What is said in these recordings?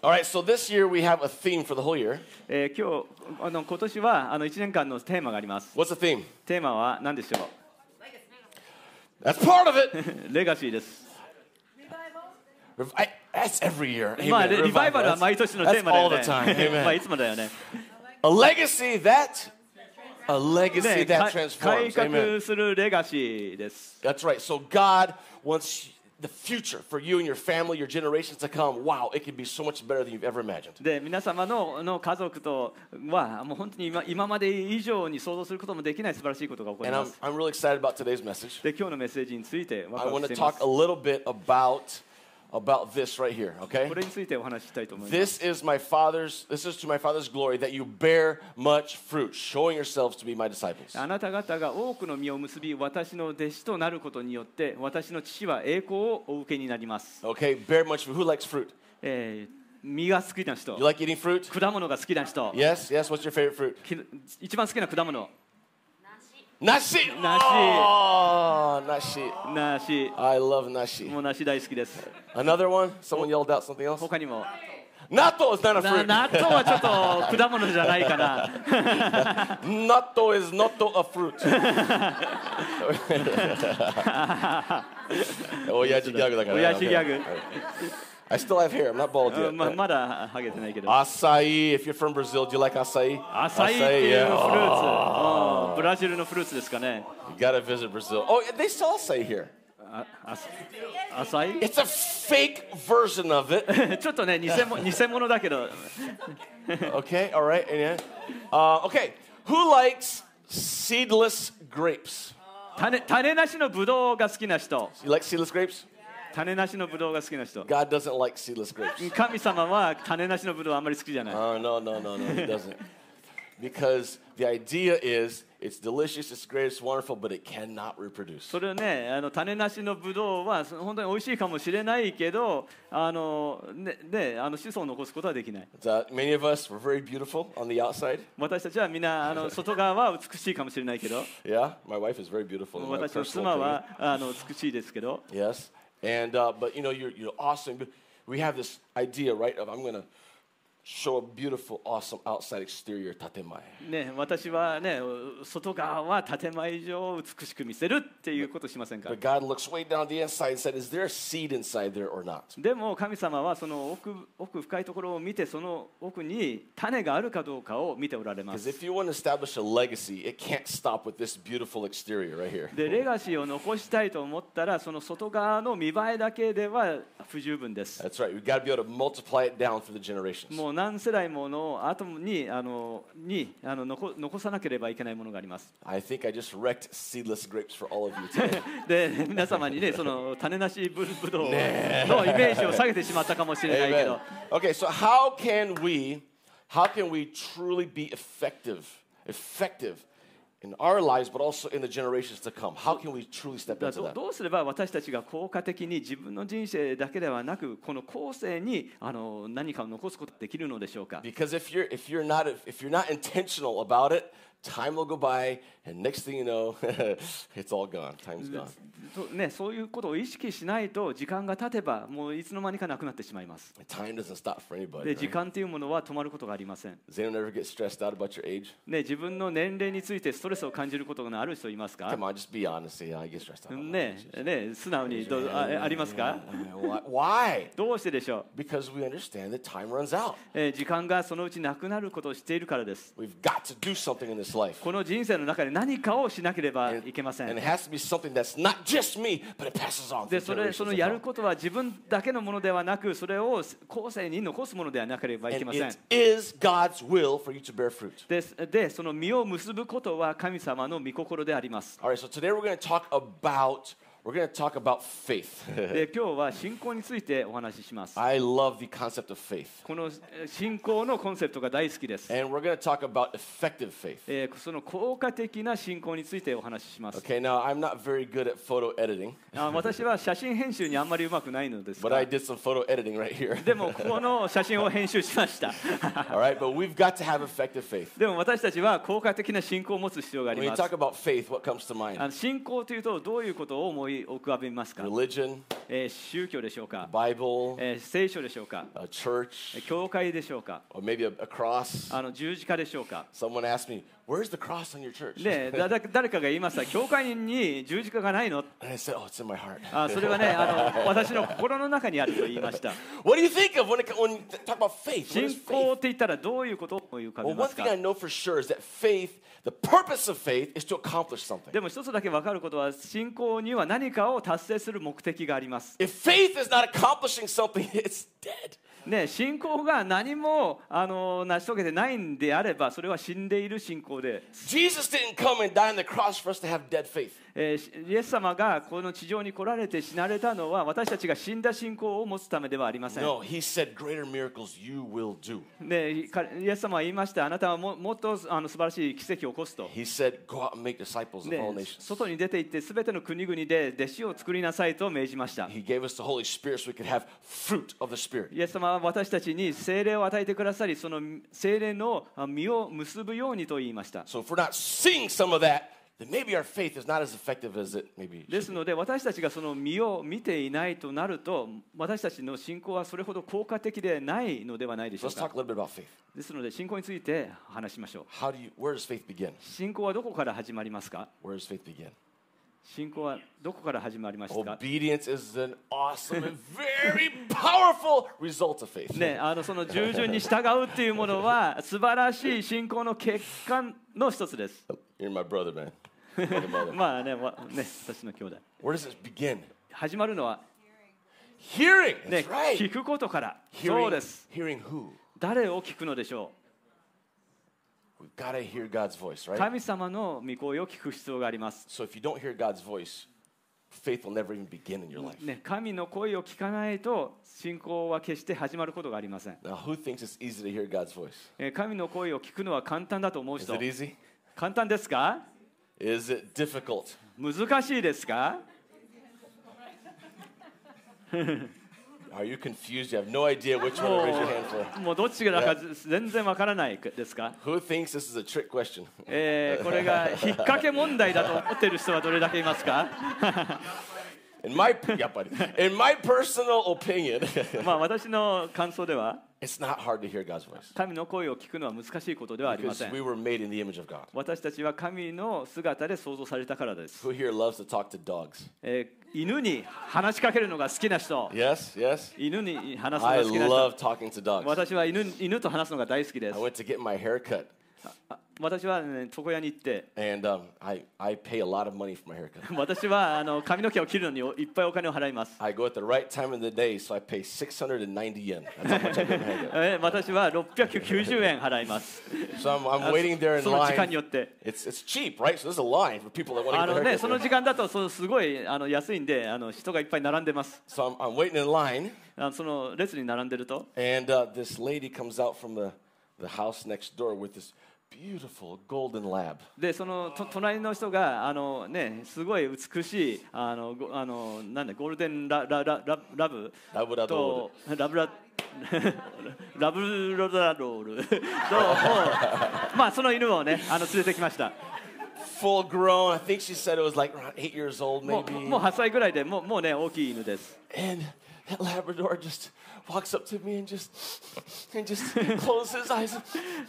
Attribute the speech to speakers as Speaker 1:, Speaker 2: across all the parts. Speaker 1: All right, so this year we have a theme for the whole year.
Speaker 2: えー今日あの今年はあの1年間のテーマがあります
Speaker 1: What's the theme?
Speaker 2: テーマは何でしょ
Speaker 1: That's part of it.
Speaker 2: うレガシーです
Speaker 1: Rev- I, that's every year.
Speaker 2: まあ
Speaker 1: Amen.
Speaker 2: リリバイバルは
Speaker 1: That's-
Speaker 2: 毎年のテー
Speaker 1: that's
Speaker 2: マだ
Speaker 1: all
Speaker 2: よ
Speaker 1: the
Speaker 2: ね
Speaker 1: time.
Speaker 2: まあい
Speaker 1: Amen.
Speaker 2: つもだよね
Speaker 1: A legacy that a legacy
Speaker 2: ねか
Speaker 1: that
Speaker 2: 改
Speaker 1: transforms.
Speaker 2: 革
Speaker 1: Amen.
Speaker 2: するレガシーです
Speaker 1: That's right. So God wants the future for you and your family, your generations to come. Wow, it can be so much better than you've ever imagined.
Speaker 2: で皆様のの家族とはもう本当に今今まで以上に想像することもできない素晴らしいことが起こり
Speaker 1: And
Speaker 2: ま
Speaker 1: I'm,
Speaker 2: す
Speaker 1: I'm really excited about today's message.
Speaker 2: で今日のメッセージについてワ
Speaker 1: I
Speaker 2: クワ
Speaker 1: want
Speaker 2: クして
Speaker 1: to
Speaker 2: いま
Speaker 1: talk
Speaker 2: す
Speaker 1: a little bit about about this right here, okay?
Speaker 2: これについてお話ししたいと思います
Speaker 1: This is my father's this is to my father's glory that you bear much fruit, showing yourselves to be my disciples.
Speaker 2: あなた方が多くの実を結び私の弟子となることによって私の父は栄光をお受けになります、
Speaker 1: Okay, bear much fruit. Who likes fruit?
Speaker 2: えー実が好きな人
Speaker 1: You like eating fruit?
Speaker 2: 果物が好きな人
Speaker 1: Yes, yes. What's your favorite fruit?
Speaker 2: き一番好きな果物
Speaker 1: Nashi.
Speaker 2: Nashi.
Speaker 1: Oh, nashi.
Speaker 2: 梨
Speaker 1: I love nashi.
Speaker 2: もう梨大好きです
Speaker 1: Another one? Someone yelled out something else.
Speaker 2: 他にも
Speaker 1: Natto is not a
Speaker 2: な
Speaker 1: fruit.
Speaker 2: 納豆はちょっと果物じゃないかな
Speaker 1: Natto is not a fruit. oh yeah, Um, like
Speaker 2: 親父ギャグ
Speaker 1: I still have hair. I'm not bald
Speaker 2: うんま
Speaker 1: yet.
Speaker 2: まだハゲてないけど
Speaker 1: Acai. If you're from Brazil, do you like acai?
Speaker 2: アサイっていう
Speaker 1: yeah.
Speaker 2: フル
Speaker 1: Oh,
Speaker 2: ーツ、うんブラジルのフルーツですかね
Speaker 1: you gotta visit Brazil. Oh, they sell acai here.
Speaker 2: ああアサイ
Speaker 1: It's a fake version of it.
Speaker 2: ちょっとね偽物偽物だけど
Speaker 1: Okay, all right, and yeah. Uh, okay, who likes seedless grapes?
Speaker 2: 種種なしのブドウが好きな人
Speaker 1: You like seedless grapes?
Speaker 2: 種なしのブドウが好きな人
Speaker 1: God doesn't like seedless grapes.
Speaker 2: 神様は種なしのブドウあんまり好きじゃない
Speaker 1: Oh, no, no, no, no, he doesn't. Because the idea is it's delicious, it's great, it's wonderful, but it cannot reproduce.
Speaker 2: それねあの種なしのブドウはその本当に美味しいかもしれないけどあの、ねね、あの子孫を残すことはできない
Speaker 1: Uh, many of us were very beautiful on the outside.
Speaker 2: 私たちはみんなあの外側は美しいかもしれないけど
Speaker 1: Yeah, my wife is very beautiful. In my
Speaker 2: 私の
Speaker 1: personal
Speaker 2: 妻
Speaker 1: opinion.
Speaker 2: はあの美しいですけど
Speaker 1: Yes, and uh, but you know you're you're awesome. We have this idea, right? Of I'm gonna show a beautiful, awesome outside exterior tatemae.
Speaker 2: ね、私はね外側は建前上を美しく見せるっていうことしませんか
Speaker 1: But God looks way down the inside and said, Is there a seed inside there or not?
Speaker 2: でも神様はその奥奥深いところを見てその奥に種があるかどうかを見ておられま
Speaker 1: Because
Speaker 2: す
Speaker 1: if you want to establish a legacy, it can't stop with this beautiful exterior right here.
Speaker 2: でレガシーを残したいと思ったらその外側の見栄えだけでは不十分です
Speaker 1: That's right. We've got to be able to multiply it down through the generations.
Speaker 2: もう何世代もの後にあのにあの残残さなければいけないものがあります
Speaker 1: I think I just wrecked seedless grapes for all of you today.
Speaker 2: で皆様にねその種なしぶぶどうのイメージを下げてしまったかもしれないけ
Speaker 1: Amen.
Speaker 2: ど
Speaker 1: Okay, so how can we, how can we truly be effective, effective in our lives, but also in the generations to come? How can we truly step
Speaker 2: だ
Speaker 1: into
Speaker 2: からど
Speaker 1: that?
Speaker 2: どうすれば私たちが効果的に自分の人生だけではなくこの後世にあの何かを残すことができるのでしょうか
Speaker 1: Because if you're if you're not if you're not intentional about it, time will go by, and next thing you know, it's all gone. Time's gone.
Speaker 2: そ,、ね、そういうことを意識しないと時間が経てばもういつの間にかなくなってしまいます
Speaker 1: And Time doesn't stop for
Speaker 2: で
Speaker 1: anybody.
Speaker 2: 時
Speaker 1: Right?
Speaker 2: 間というものは止まることがありません、
Speaker 1: Does anyone ever get stressed out about your age?
Speaker 2: ね、自分の年齢についてストレスを感じることのある人いますか
Speaker 1: Come on, just be honest. Yeah, I get stressed out. about my age.
Speaker 2: ねね素直にどうあありますか
Speaker 1: Why- Why?
Speaker 2: どうしてでしょう、
Speaker 1: Because we understand that time runs out.
Speaker 2: えー時間がそのうちなくなることを知っているからです
Speaker 1: We've got to do something in this life.
Speaker 2: この人生の中で何かをしなければ
Speaker 1: And,
Speaker 2: いけません
Speaker 1: and it has to be something that's not just me, but it passes on.
Speaker 2: で
Speaker 1: through
Speaker 2: それ
Speaker 1: generations
Speaker 2: その
Speaker 1: to
Speaker 2: やる
Speaker 1: come.
Speaker 2: ことは自分だけのものではなくそれを後世に残すものではなければいけ
Speaker 1: And
Speaker 2: ません
Speaker 1: it is God's will for you to bear fruit.
Speaker 2: ですでその実を結ぶことは神様の御心であります
Speaker 1: All right, so today we're going to talk about we're going to talk about faith.
Speaker 2: で今日は信仰についてお話しします
Speaker 1: I love the concept of faith.
Speaker 2: このえー信仰のコンセプトが大好きです、
Speaker 1: And we're going to talk about effective faith.
Speaker 2: えーその効果的な信仰についてお話しします
Speaker 1: Okay, now I'm not very good at photo editing,
Speaker 2: あ私は写真編集にあんまりうまくないのです
Speaker 1: but
Speaker 2: が
Speaker 1: I did some photo editing right here.
Speaker 2: でもこの写真を編集しました
Speaker 1: All right, but we've got to have effective faith.
Speaker 2: でも私たちは効果的な信仰を持つ必要があ
Speaker 1: When
Speaker 2: り
Speaker 1: you
Speaker 2: ます
Speaker 1: talk about faith, what comes to
Speaker 2: あ
Speaker 1: mind?
Speaker 2: の信仰というとどういうことを思いり浮かびますか、
Speaker 1: religion,
Speaker 2: えー宗教でしょうか、
Speaker 1: Bible,
Speaker 2: えー聖書でしょうか
Speaker 1: a church,
Speaker 2: 教会でしょうか
Speaker 1: or maybe a, a cross.
Speaker 2: あの十字架でしょうか
Speaker 1: Someone asked me, Where's the cross on your church?
Speaker 2: でだだ誰かが言いました教会に十字架がないの
Speaker 1: And I said, Oh, it's in my heart.
Speaker 2: あそれはねあの私の心の中にあると言いました
Speaker 1: What do you think of when, it, when you talk about faith? What
Speaker 2: 信
Speaker 1: is
Speaker 2: 仰
Speaker 1: faith?
Speaker 2: って言ったらどういうことを思い浮かべ
Speaker 1: Well,
Speaker 2: ま
Speaker 1: one
Speaker 2: す
Speaker 1: thing
Speaker 2: か
Speaker 1: I know for sure is that faith, the purpose of faith is to accomplish something.
Speaker 2: でも一つだけ分かることは信仰には何かを達成する目的があります
Speaker 1: If faith is not accomplishing something, it's dead.
Speaker 2: ね、信仰が何もあの成し遂げてないんであればそれは死んでいる信仰で、
Speaker 1: Jesus didn't come and die on the cross for us to have dead faith.
Speaker 2: えーしイエス様がこの地上に来られて死なれたのは私たちが死んだ信仰を持つためではありません、
Speaker 1: No, he said, Greater miracles you will do.
Speaker 2: ね、かイエス様は言いましたあなたはももっとあの素晴らしい奇跡を起こすと、
Speaker 1: He said, Go out and make disciples of
Speaker 2: ね
Speaker 1: all nations.
Speaker 2: 外に出て行ってすべての国々で弟子を作りなさいと命じました
Speaker 1: He gave us the Holy Spirit so we could have fruit of the Spirit.
Speaker 2: イエス様は私たちに精霊を与えてくださりその精霊のあ実を結ぶようにと言いました
Speaker 1: So if we're not seeing some of that, then maybe our faith is not as effective as it maybe
Speaker 2: で
Speaker 1: should.
Speaker 2: すので私たちがその身を見ていないとなると私たちの信仰はそれほど効果的でないのではないでしょう
Speaker 1: Let's
Speaker 2: か
Speaker 1: talk a little bit about faith.
Speaker 2: ですので信仰について話しましょう
Speaker 1: How do you? Where does faith begin?
Speaker 2: 信仰はどこから始まりますか
Speaker 1: Where does faith begin?
Speaker 2: 信仰はどこから始まりましたか
Speaker 1: Obedience is an awesome and very powerful result of faith.
Speaker 2: ね、あのその従順に従うっていうもの は素晴らしい信仰の結果の一つです。
Speaker 1: You're my brother, man. Like a mother.
Speaker 2: まあね、わね私の兄弟。
Speaker 1: Where does this begin?
Speaker 2: 始まるのは、
Speaker 1: Hearing.
Speaker 2: ね
Speaker 1: That's、
Speaker 2: 聞
Speaker 1: right.
Speaker 2: くことから。そうで
Speaker 1: Hearing,
Speaker 2: す。
Speaker 1: hearing who?
Speaker 2: 誰を聞くのでしょ
Speaker 1: We've got to hear God's voice,
Speaker 2: う
Speaker 1: right?
Speaker 2: 神様の御声を聞く必要があります。
Speaker 1: So if you don't hear God's voice, faith will never even begin in your life.
Speaker 2: ね、神の声を聞かないと信仰は決して始まることがありません。
Speaker 1: Now, who thinks it's easy to hear God's voice?
Speaker 2: えー神の声を聞くのは簡単だと思う
Speaker 1: Is
Speaker 2: 人
Speaker 1: it、easy?
Speaker 2: 簡単ですか
Speaker 1: Is it difficult?
Speaker 2: 難しいですか
Speaker 1: Are you confused? You have no idea which one to raise your hand for.
Speaker 2: もうどっちがだか全然わからないですか、
Speaker 1: Who thinks this is a trick question?
Speaker 2: えーこれが引っ掛け問題だと思ってる人はどれだけいますか
Speaker 1: In my, yeah, buddy. in my personal opinion,
Speaker 2: まあ私の感想では
Speaker 1: it's not hard to hear God's voice
Speaker 2: 神の声を聞くのは難しいことではありま
Speaker 1: because
Speaker 2: せ
Speaker 1: we
Speaker 2: ん
Speaker 1: were made in the image of God.
Speaker 2: 私たちは神の姿で創造されたからです、
Speaker 1: Who here loves to talk to dogs?
Speaker 2: えー犬に話しかけるのが好きな人
Speaker 1: Yes, yes.
Speaker 2: 犬に話すの
Speaker 1: I
Speaker 2: が好きな人
Speaker 1: love talking to dogs.
Speaker 2: 私は犬犬と話すのが大好きで
Speaker 1: I
Speaker 2: す。
Speaker 1: went to get my hair cut,
Speaker 2: あ私は、ね、床屋に行って、
Speaker 1: and um, I, I pay a lot of money for my haircut.
Speaker 2: 私はあの髪の毛を切るのにおいっぱいお金を払います。
Speaker 1: I go at the right time of the day, so I pay 690 yen. That's how much I get my haircut.
Speaker 2: え私は690円払います。
Speaker 1: So I'm, I'm waiting there in
Speaker 2: その時間
Speaker 1: line.
Speaker 2: によって。
Speaker 1: It's, it's cheap, right? So there's a line for people that want
Speaker 2: あ
Speaker 1: to
Speaker 2: の
Speaker 1: get
Speaker 2: ね、
Speaker 1: their
Speaker 2: その
Speaker 1: haircut.
Speaker 2: 時間だとそうすごいあの安いんであの人がいっぱい並んでます。
Speaker 1: So I'm, I'm waiting in line,
Speaker 2: あのその列に並んでると、
Speaker 1: and uh, this lady comes out from the, the house next door with this beautiful golden lab.
Speaker 2: でそのと隣の人があのねすごい美しいあのごあのなんだゴールデンラララララブ
Speaker 1: I would have
Speaker 2: とラブラ ラブラダロールとまあその犬をねあの連れてきました
Speaker 1: full grown. I think she said it was like around eight years old,
Speaker 2: もう
Speaker 1: maybe.
Speaker 2: もう8歳ぐらいでもうもうね大きい犬です
Speaker 1: And that Labrador just walks up to me and just and just closes his eyes.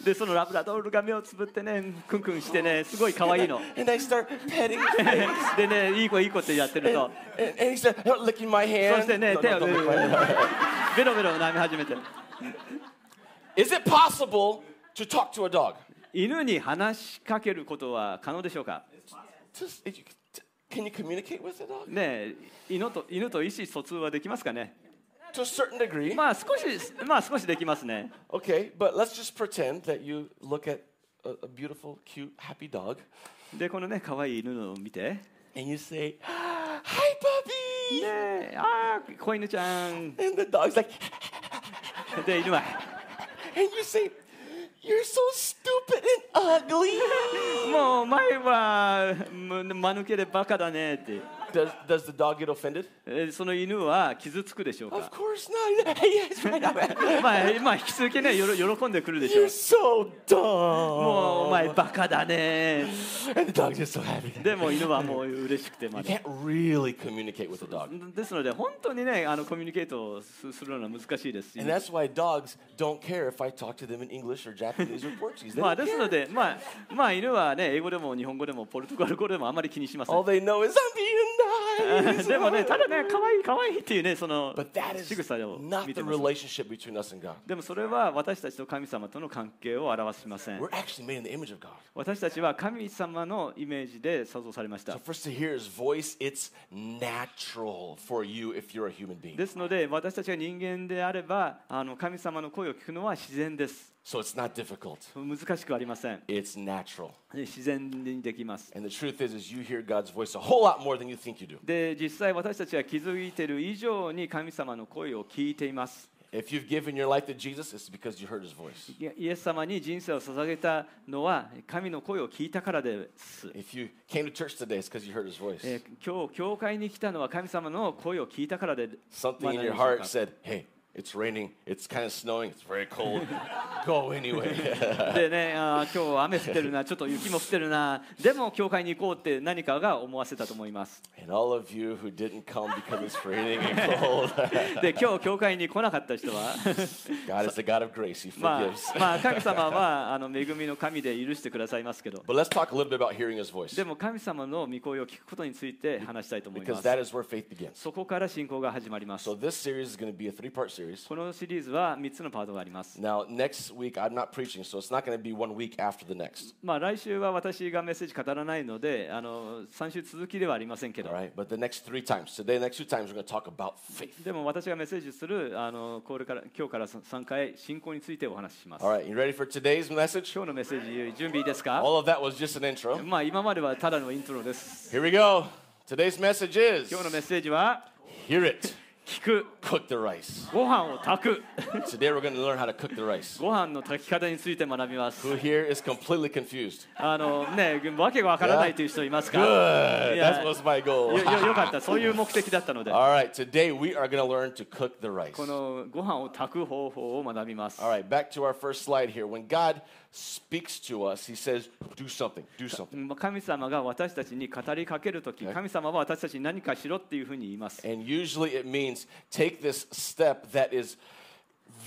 Speaker 2: でそのラブラドールが目をつぶってねクンクンしてねすごい可愛いの
Speaker 1: And I start petting his face.
Speaker 2: でねいい子いい子ってやってる
Speaker 1: And,
Speaker 2: と
Speaker 1: and, and he started licking my
Speaker 2: そ
Speaker 1: hand.
Speaker 2: してね
Speaker 1: No,
Speaker 2: 手
Speaker 1: no,
Speaker 2: を
Speaker 1: don't
Speaker 2: ベ
Speaker 1: lick my hand.
Speaker 2: ロベロ舐め始めて
Speaker 1: Is it possible to talk to a dog?
Speaker 2: 犬に話しかけることは可能でしょうか
Speaker 1: Just, if you- t- can you communicate with a dog?
Speaker 2: ねえ犬と犬と意思疎通はできますかね
Speaker 1: To a certain degree.
Speaker 2: まあ少しまあ少しできますね
Speaker 1: Okay, but let's just pretend that you look at a, a beautiful, cute, happy dog
Speaker 2: でこのね可愛い犬を見て
Speaker 1: and you say, Hi, puppy!
Speaker 2: ねえあー子犬ちゃん
Speaker 1: And the dog's like,
Speaker 2: で犬は
Speaker 1: and you say, You're so stupid and ugly.
Speaker 2: もう前はむ間抜けでバカだねって
Speaker 1: Does, does the dog get offended?
Speaker 2: えーその犬は傷つくでしょう
Speaker 1: Of
Speaker 2: か
Speaker 1: course not. yes, right. I'm-
Speaker 2: まあ、まあ、引き続きねよろ喜んでくるでし
Speaker 1: You're
Speaker 2: ょう
Speaker 1: so dumb.
Speaker 2: もうお前バカだね
Speaker 1: And the dog's just so happy.
Speaker 2: でも犬はもう嬉しくてま
Speaker 1: You
Speaker 2: だ
Speaker 1: can't really communicate with a dog.
Speaker 2: ですので本当にねあのコミュニケートをすするのは難しいですし
Speaker 1: And that's why dogs don't care if I talk to them in English or Japanese or Portuguese. They
Speaker 2: まあ
Speaker 1: don't
Speaker 2: です
Speaker 1: care.
Speaker 2: ので、まあ、まあ犬はね英語でも日本語でもポルトガル語でもあまり気にしませ
Speaker 1: All
Speaker 2: ん
Speaker 1: they know is I'm being nice.
Speaker 2: でもねただね可愛い可愛いっていうねその
Speaker 1: But that
Speaker 2: 仕
Speaker 1: is
Speaker 2: 草を
Speaker 1: not
Speaker 2: 見て
Speaker 1: the
Speaker 2: ます
Speaker 1: relationship between us and God.
Speaker 2: でもそれは私たちと神様との関係を表しません
Speaker 1: We're actually made in the image of God.
Speaker 2: 私たちは神様のイメージで創造されまし
Speaker 1: So
Speaker 2: た
Speaker 1: for us to hear his voice, it's natural for you if you're a human being.
Speaker 2: ですので私たちが人間であればあの神様の声を聞くのは自然です
Speaker 1: So it's not difficult.
Speaker 2: 難しくありません
Speaker 1: It's natural.
Speaker 2: 自然にできます
Speaker 1: And the truth is, is you hear God's voice a whole lot more than you think you do.
Speaker 2: で実際私たちは気づいている以上に神様の声を聞いています
Speaker 1: If you've given your life to Jesus, it's because you heard his voice.
Speaker 2: イエイエス様に人生を捧げたのは神の声を聞いたからです、
Speaker 1: If you came to church today, it's because you heard his voice.
Speaker 2: えー今日教会に来たのは神様の声を聞いたからで
Speaker 1: Something in your
Speaker 2: まあ何で
Speaker 1: heart
Speaker 2: しょ
Speaker 1: said, hey, it's raining, it's kind of snowing, it's very cold. Go anyway.
Speaker 2: うかでねあー今日雨降ってるなちょっと雪も降ってるなでも教会に行こうって何かが思わせたと思います
Speaker 1: and all of you who didn't come because it's raining and cold,
Speaker 2: で今日教会に来なかった人は
Speaker 1: God is the God of grace. He
Speaker 2: ま
Speaker 1: forgives.
Speaker 2: あ、まあ、神様はあの恵みの神で許してくださいますけど
Speaker 1: But let's talk a little bit about hearing his voice
Speaker 2: でも神様の御声を聞くことについて話したいと思い
Speaker 1: because
Speaker 2: ます
Speaker 1: that is where faith begins.
Speaker 2: そこから信仰が始まります
Speaker 1: So this series is going to be a three part series.
Speaker 2: このシリーズは3つのパートがあります。
Speaker 1: Now, next week, I'm not preaching, so it's not going to be one week after the next.
Speaker 2: まあ、来週は私がメッセージ語らないのであの3週続きではありませんけ
Speaker 1: All
Speaker 2: ど、
Speaker 1: right, but the next three times, today, next two times, we're going to talk about faith.
Speaker 2: でも私がメッセージするあのこれから今日から3回信仰についてお話しします
Speaker 1: All。right, you ready for today's message?
Speaker 2: 今日のメッセージ準備いいですか
Speaker 1: All of that was just an intro.
Speaker 2: まあ今まではただのイントロです。
Speaker 1: Here we go. Today's message is
Speaker 2: 今日のメッセージは
Speaker 1: Hear it,
Speaker 2: 聞く
Speaker 1: cook the rice.
Speaker 2: ご飯を炊く
Speaker 1: Today, we're going to learn how to cook the rice.
Speaker 2: ご飯の炊き方について学びます。
Speaker 1: Who here is completely confused?
Speaker 2: あのねわけがわからないという人いますか
Speaker 1: Good. That
Speaker 2: Yeah.
Speaker 1: was my goal.
Speaker 2: よよよかったそういう目的だったので
Speaker 1: All right, today we are going to learn to cook the rice.
Speaker 2: このご飯を炊く方法を学びます
Speaker 1: All。right, back to our first slide here. When God speaks to us, He says, "Do something, do something."
Speaker 2: まあ神様が私たちに語りかけるとき、神様は私たちに何かしろっていうふうに言います。
Speaker 1: And usually it means take this step that is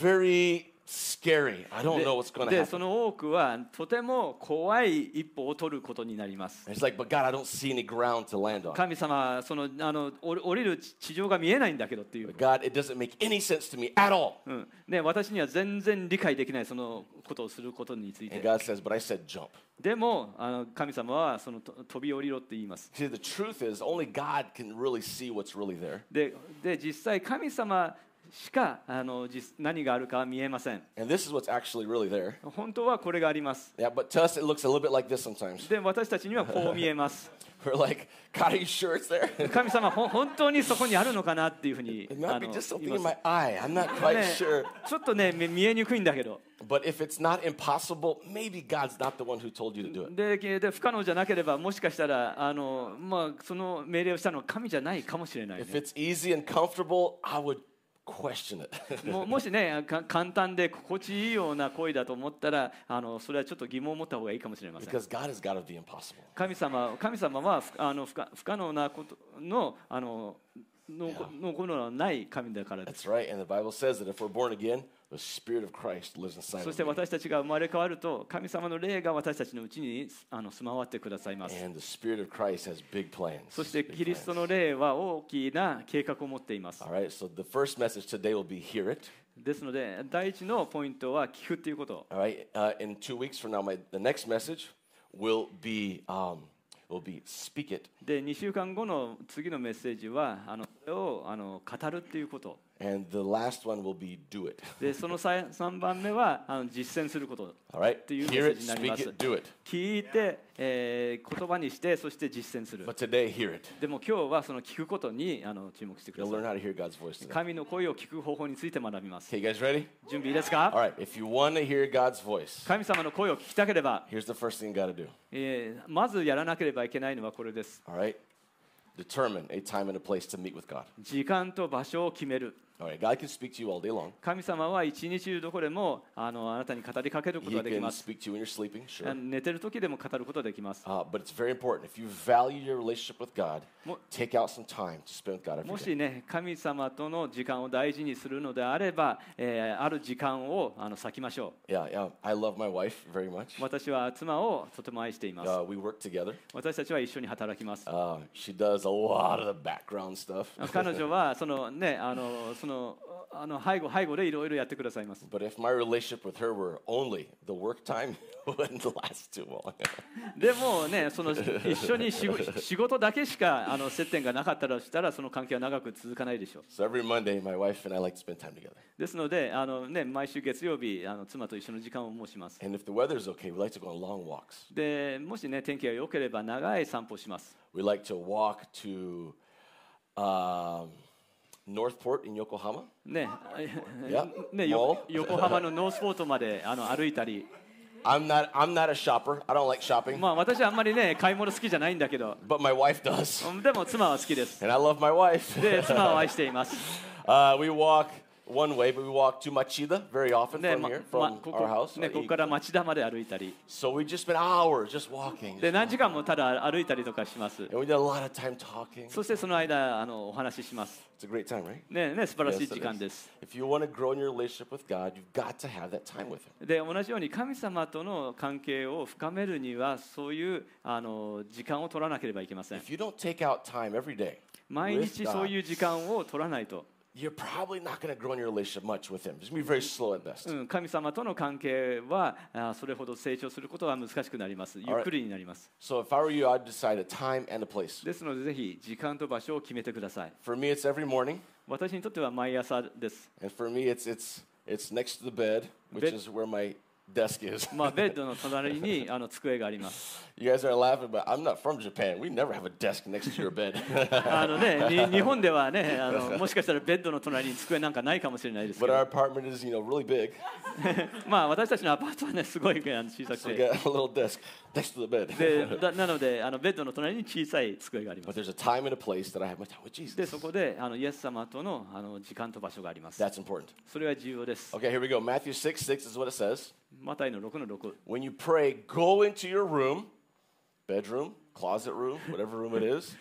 Speaker 1: very scary. I don't know what's going to
Speaker 2: で、そ
Speaker 1: happen.
Speaker 2: の多くはとても怖い一歩を取ることになります。
Speaker 1: It's like, but God, I don't see any ground to land on.
Speaker 2: 神様、そのあのお降りる地地上が見えないんだけどっていう、
Speaker 1: God, it doesn't make any sense to me at all.
Speaker 2: うんね、私には全然理解できないそのことをすることについ
Speaker 1: And
Speaker 2: て。
Speaker 1: God says, but I said jump.
Speaker 2: でもあの神様はそのと飛び降りろって言います。
Speaker 1: See, the truth is, only God can really see what's really there.
Speaker 2: で、で実際神様しかあの実何があるかは見えません。
Speaker 1: And this is what's actually really there.
Speaker 2: 本当はこれがあります。
Speaker 1: Yeah, but to us, it looks a little bit like this sometimes.
Speaker 2: で、私たちにはこう見えます。
Speaker 1: We're like, God, are you sure it's there?
Speaker 2: 神様ほん本当にそこにあるのかなっていうふうに
Speaker 1: It
Speaker 2: あ
Speaker 1: might
Speaker 2: の
Speaker 1: be
Speaker 2: 言
Speaker 1: just
Speaker 2: い
Speaker 1: something in
Speaker 2: ます
Speaker 1: my eye. I'm not quite
Speaker 2: ね
Speaker 1: sure.
Speaker 2: ちょっとね見見えにくいんだけど
Speaker 1: But if it's not impossible, maybe God's not the one who told you to do it.
Speaker 2: でけで不可能じゃなければもしかしたらあの、まあ、その命令をしたのは神じゃないかもしれない、
Speaker 1: If
Speaker 2: ね、
Speaker 1: it's easy and comfortable, I would question it.
Speaker 2: ももしねか簡単で心地いいような行為だと思ったらあのそれはちょっと疑問を持った方がいいかもしれません
Speaker 1: because God is God of the impossible.
Speaker 2: 神様神様は不あの不可不可能なことのあのののこのない神だからです
Speaker 1: That's right. And the Bible says that if we're born again, the Spirit of Christ lives inside
Speaker 2: そ
Speaker 1: of
Speaker 2: して
Speaker 1: us.
Speaker 2: 私たちが生まれ変わると神様の霊が私たちのうちにあの住まわってくださいます
Speaker 1: And the Spirit of Christ has big plans.
Speaker 2: そして
Speaker 1: big
Speaker 2: キリスト
Speaker 1: plans.
Speaker 2: の霊は大きな計画を持っています
Speaker 1: All right, so the first message today will be hear it.
Speaker 2: ですので第一のポイントは聞くっていうこと
Speaker 1: All right, uh, in two weeks from now, my, the next message will be, um, will be speak it.
Speaker 2: で2週間後の次のメッセージはあのそれをあの語るっていうこと
Speaker 1: And the last one will be do it.
Speaker 2: でその3番目はあの実践すること
Speaker 1: All right?
Speaker 2: Do you
Speaker 1: Hear it,
Speaker 2: message in
Speaker 1: speak
Speaker 2: Nanimasa?
Speaker 1: it, do it.
Speaker 2: 聞いて、えー言葉にしてそして実践する
Speaker 1: But today, hear it.
Speaker 2: でも今日はその聞くことにあの注目してくだ
Speaker 1: You'll
Speaker 2: さい
Speaker 1: learn how to hear God's voice today.
Speaker 2: 神の声を聞く方法について学びます
Speaker 1: Okay, you guys ready?
Speaker 2: 準備いいですか
Speaker 1: All right, if you want to hear God's voice,
Speaker 2: 神様の声を聞きたければ、
Speaker 1: here's the first thing you got to do.
Speaker 2: えーまずやらなければいけないのはこれです。
Speaker 1: All right? determine a time and a place to meet with God.
Speaker 2: 時間と場所を決める
Speaker 1: All right, God can speak to you all day long.
Speaker 2: 神様は一日中どこでもあのあなたに語りかけること
Speaker 1: He
Speaker 2: ができま
Speaker 1: can
Speaker 2: す
Speaker 1: speak to you when you're sleeping, sure.
Speaker 2: あの寝てる時でも語ることができます
Speaker 1: Uh, but it's very important. If you value your relationship with God,
Speaker 2: Mo-
Speaker 1: take out some time to spend with God every
Speaker 2: も
Speaker 1: day.
Speaker 2: しね神様との時間を大事にするのであれば、えーある時間をあの割きましょ
Speaker 1: Yeah, yeah. I love my wife very much.
Speaker 2: う私は妻をとても愛しています、
Speaker 1: Uh, we work together.
Speaker 2: 私たちは一緒に働 きます、
Speaker 1: Uh, she does a lot of the background stuff.
Speaker 2: 彼女はそのねあのそのあの背後背後でいろいろやってくださいます
Speaker 1: But if my relationship with her were only the work time, it wouldn't last too long.
Speaker 2: でもねその一緒に仕事仕事だけしかあの接点がなかったらしたらその関係は長く続かないでしょう
Speaker 1: so every Monday, my wife and I like to spend time together.
Speaker 2: ですのであの、ね、毎週月曜日あの妻と一緒の時間を持ちます
Speaker 1: And if the weather's okay, we like to go on long walks.
Speaker 2: でもしね天気が良ければ長い散歩をします
Speaker 1: We like to walk to um, Northport in Yokohama.
Speaker 2: ね
Speaker 1: Yep.
Speaker 2: ねよ
Speaker 1: Mall.
Speaker 2: 横浜のノースポートまであの歩いたり
Speaker 1: I'm not, I'm not a shopper. I don't like shopping,
Speaker 2: まあ私はあんまりね買い物好きじゃないんだけど
Speaker 1: but my wife does.
Speaker 2: でも妻は好きです
Speaker 1: And I love my wife.
Speaker 2: で 妻を愛しています
Speaker 1: Uh, we walk one way, but we walk to Machida very often
Speaker 2: で、
Speaker 1: from
Speaker 2: ま
Speaker 1: here,
Speaker 2: ま
Speaker 1: from
Speaker 2: こ
Speaker 1: our house.
Speaker 2: こね、ここから町田まで歩いたり
Speaker 1: So we just spent hours just walking.
Speaker 2: で何時間もただ歩いたりとかします
Speaker 1: And we did a lot of time talking.
Speaker 2: そしてその間あのお話しします
Speaker 1: It's a great time, right?
Speaker 2: ねね素晴らしい
Speaker 1: Yes,
Speaker 2: 時
Speaker 1: it
Speaker 2: 間
Speaker 1: is.
Speaker 2: です、
Speaker 1: If you want to grow in your relationship with God, you've got to have that time with Him.
Speaker 2: で同じように神様との関係を深めるにはそういうあの時間を取らなければいけません
Speaker 1: If you don't take out time every day,
Speaker 2: 毎
Speaker 1: with
Speaker 2: 日そう
Speaker 1: God,
Speaker 2: いう時間を取らないと、
Speaker 1: you're probably not going to grow in your relationship much with Him. It's going to be very slow at best.
Speaker 2: うん、神様との関係はあーそれほど成長することは難しくなりますゆっくりになります、
Speaker 1: So if I were you, I'd decide a time and a place.
Speaker 2: ですのでぜひ時間と場所を決めてください
Speaker 1: For me, it's every morning,
Speaker 2: 私にとっては毎朝です、
Speaker 1: and for me, it's it's it's next to the bed, which
Speaker 2: Bed-
Speaker 1: is where my desk is.
Speaker 2: まあ、ベッドの隣にあの机があります
Speaker 1: You guys are laughing, but I'm not from Japan. We never have a desk next to your bed.
Speaker 2: あのねに日本ではねあのもしかしたらベッドの隣に机なんかないかもしれないですけ
Speaker 1: but our
Speaker 2: ど
Speaker 1: apartment is, you know, really big.
Speaker 2: まあ私たちのアパートはねすごいあの小さ
Speaker 1: So we
Speaker 2: くて
Speaker 1: got a little desk next to the bed.
Speaker 2: でだなのであのベッドの隣に小さい机がありま
Speaker 1: But
Speaker 2: す
Speaker 1: there's a time and a place that I have my time with Jesus.
Speaker 2: でそこであのイエス様とのあの時間と場所があります
Speaker 1: That's important.
Speaker 2: それは重要です、
Speaker 1: Okay, here we go. Matthew 6 6 is what it says.
Speaker 2: マタイの6の6
Speaker 1: When you pray, go into your room, bedroom, closet room, whatever room it is.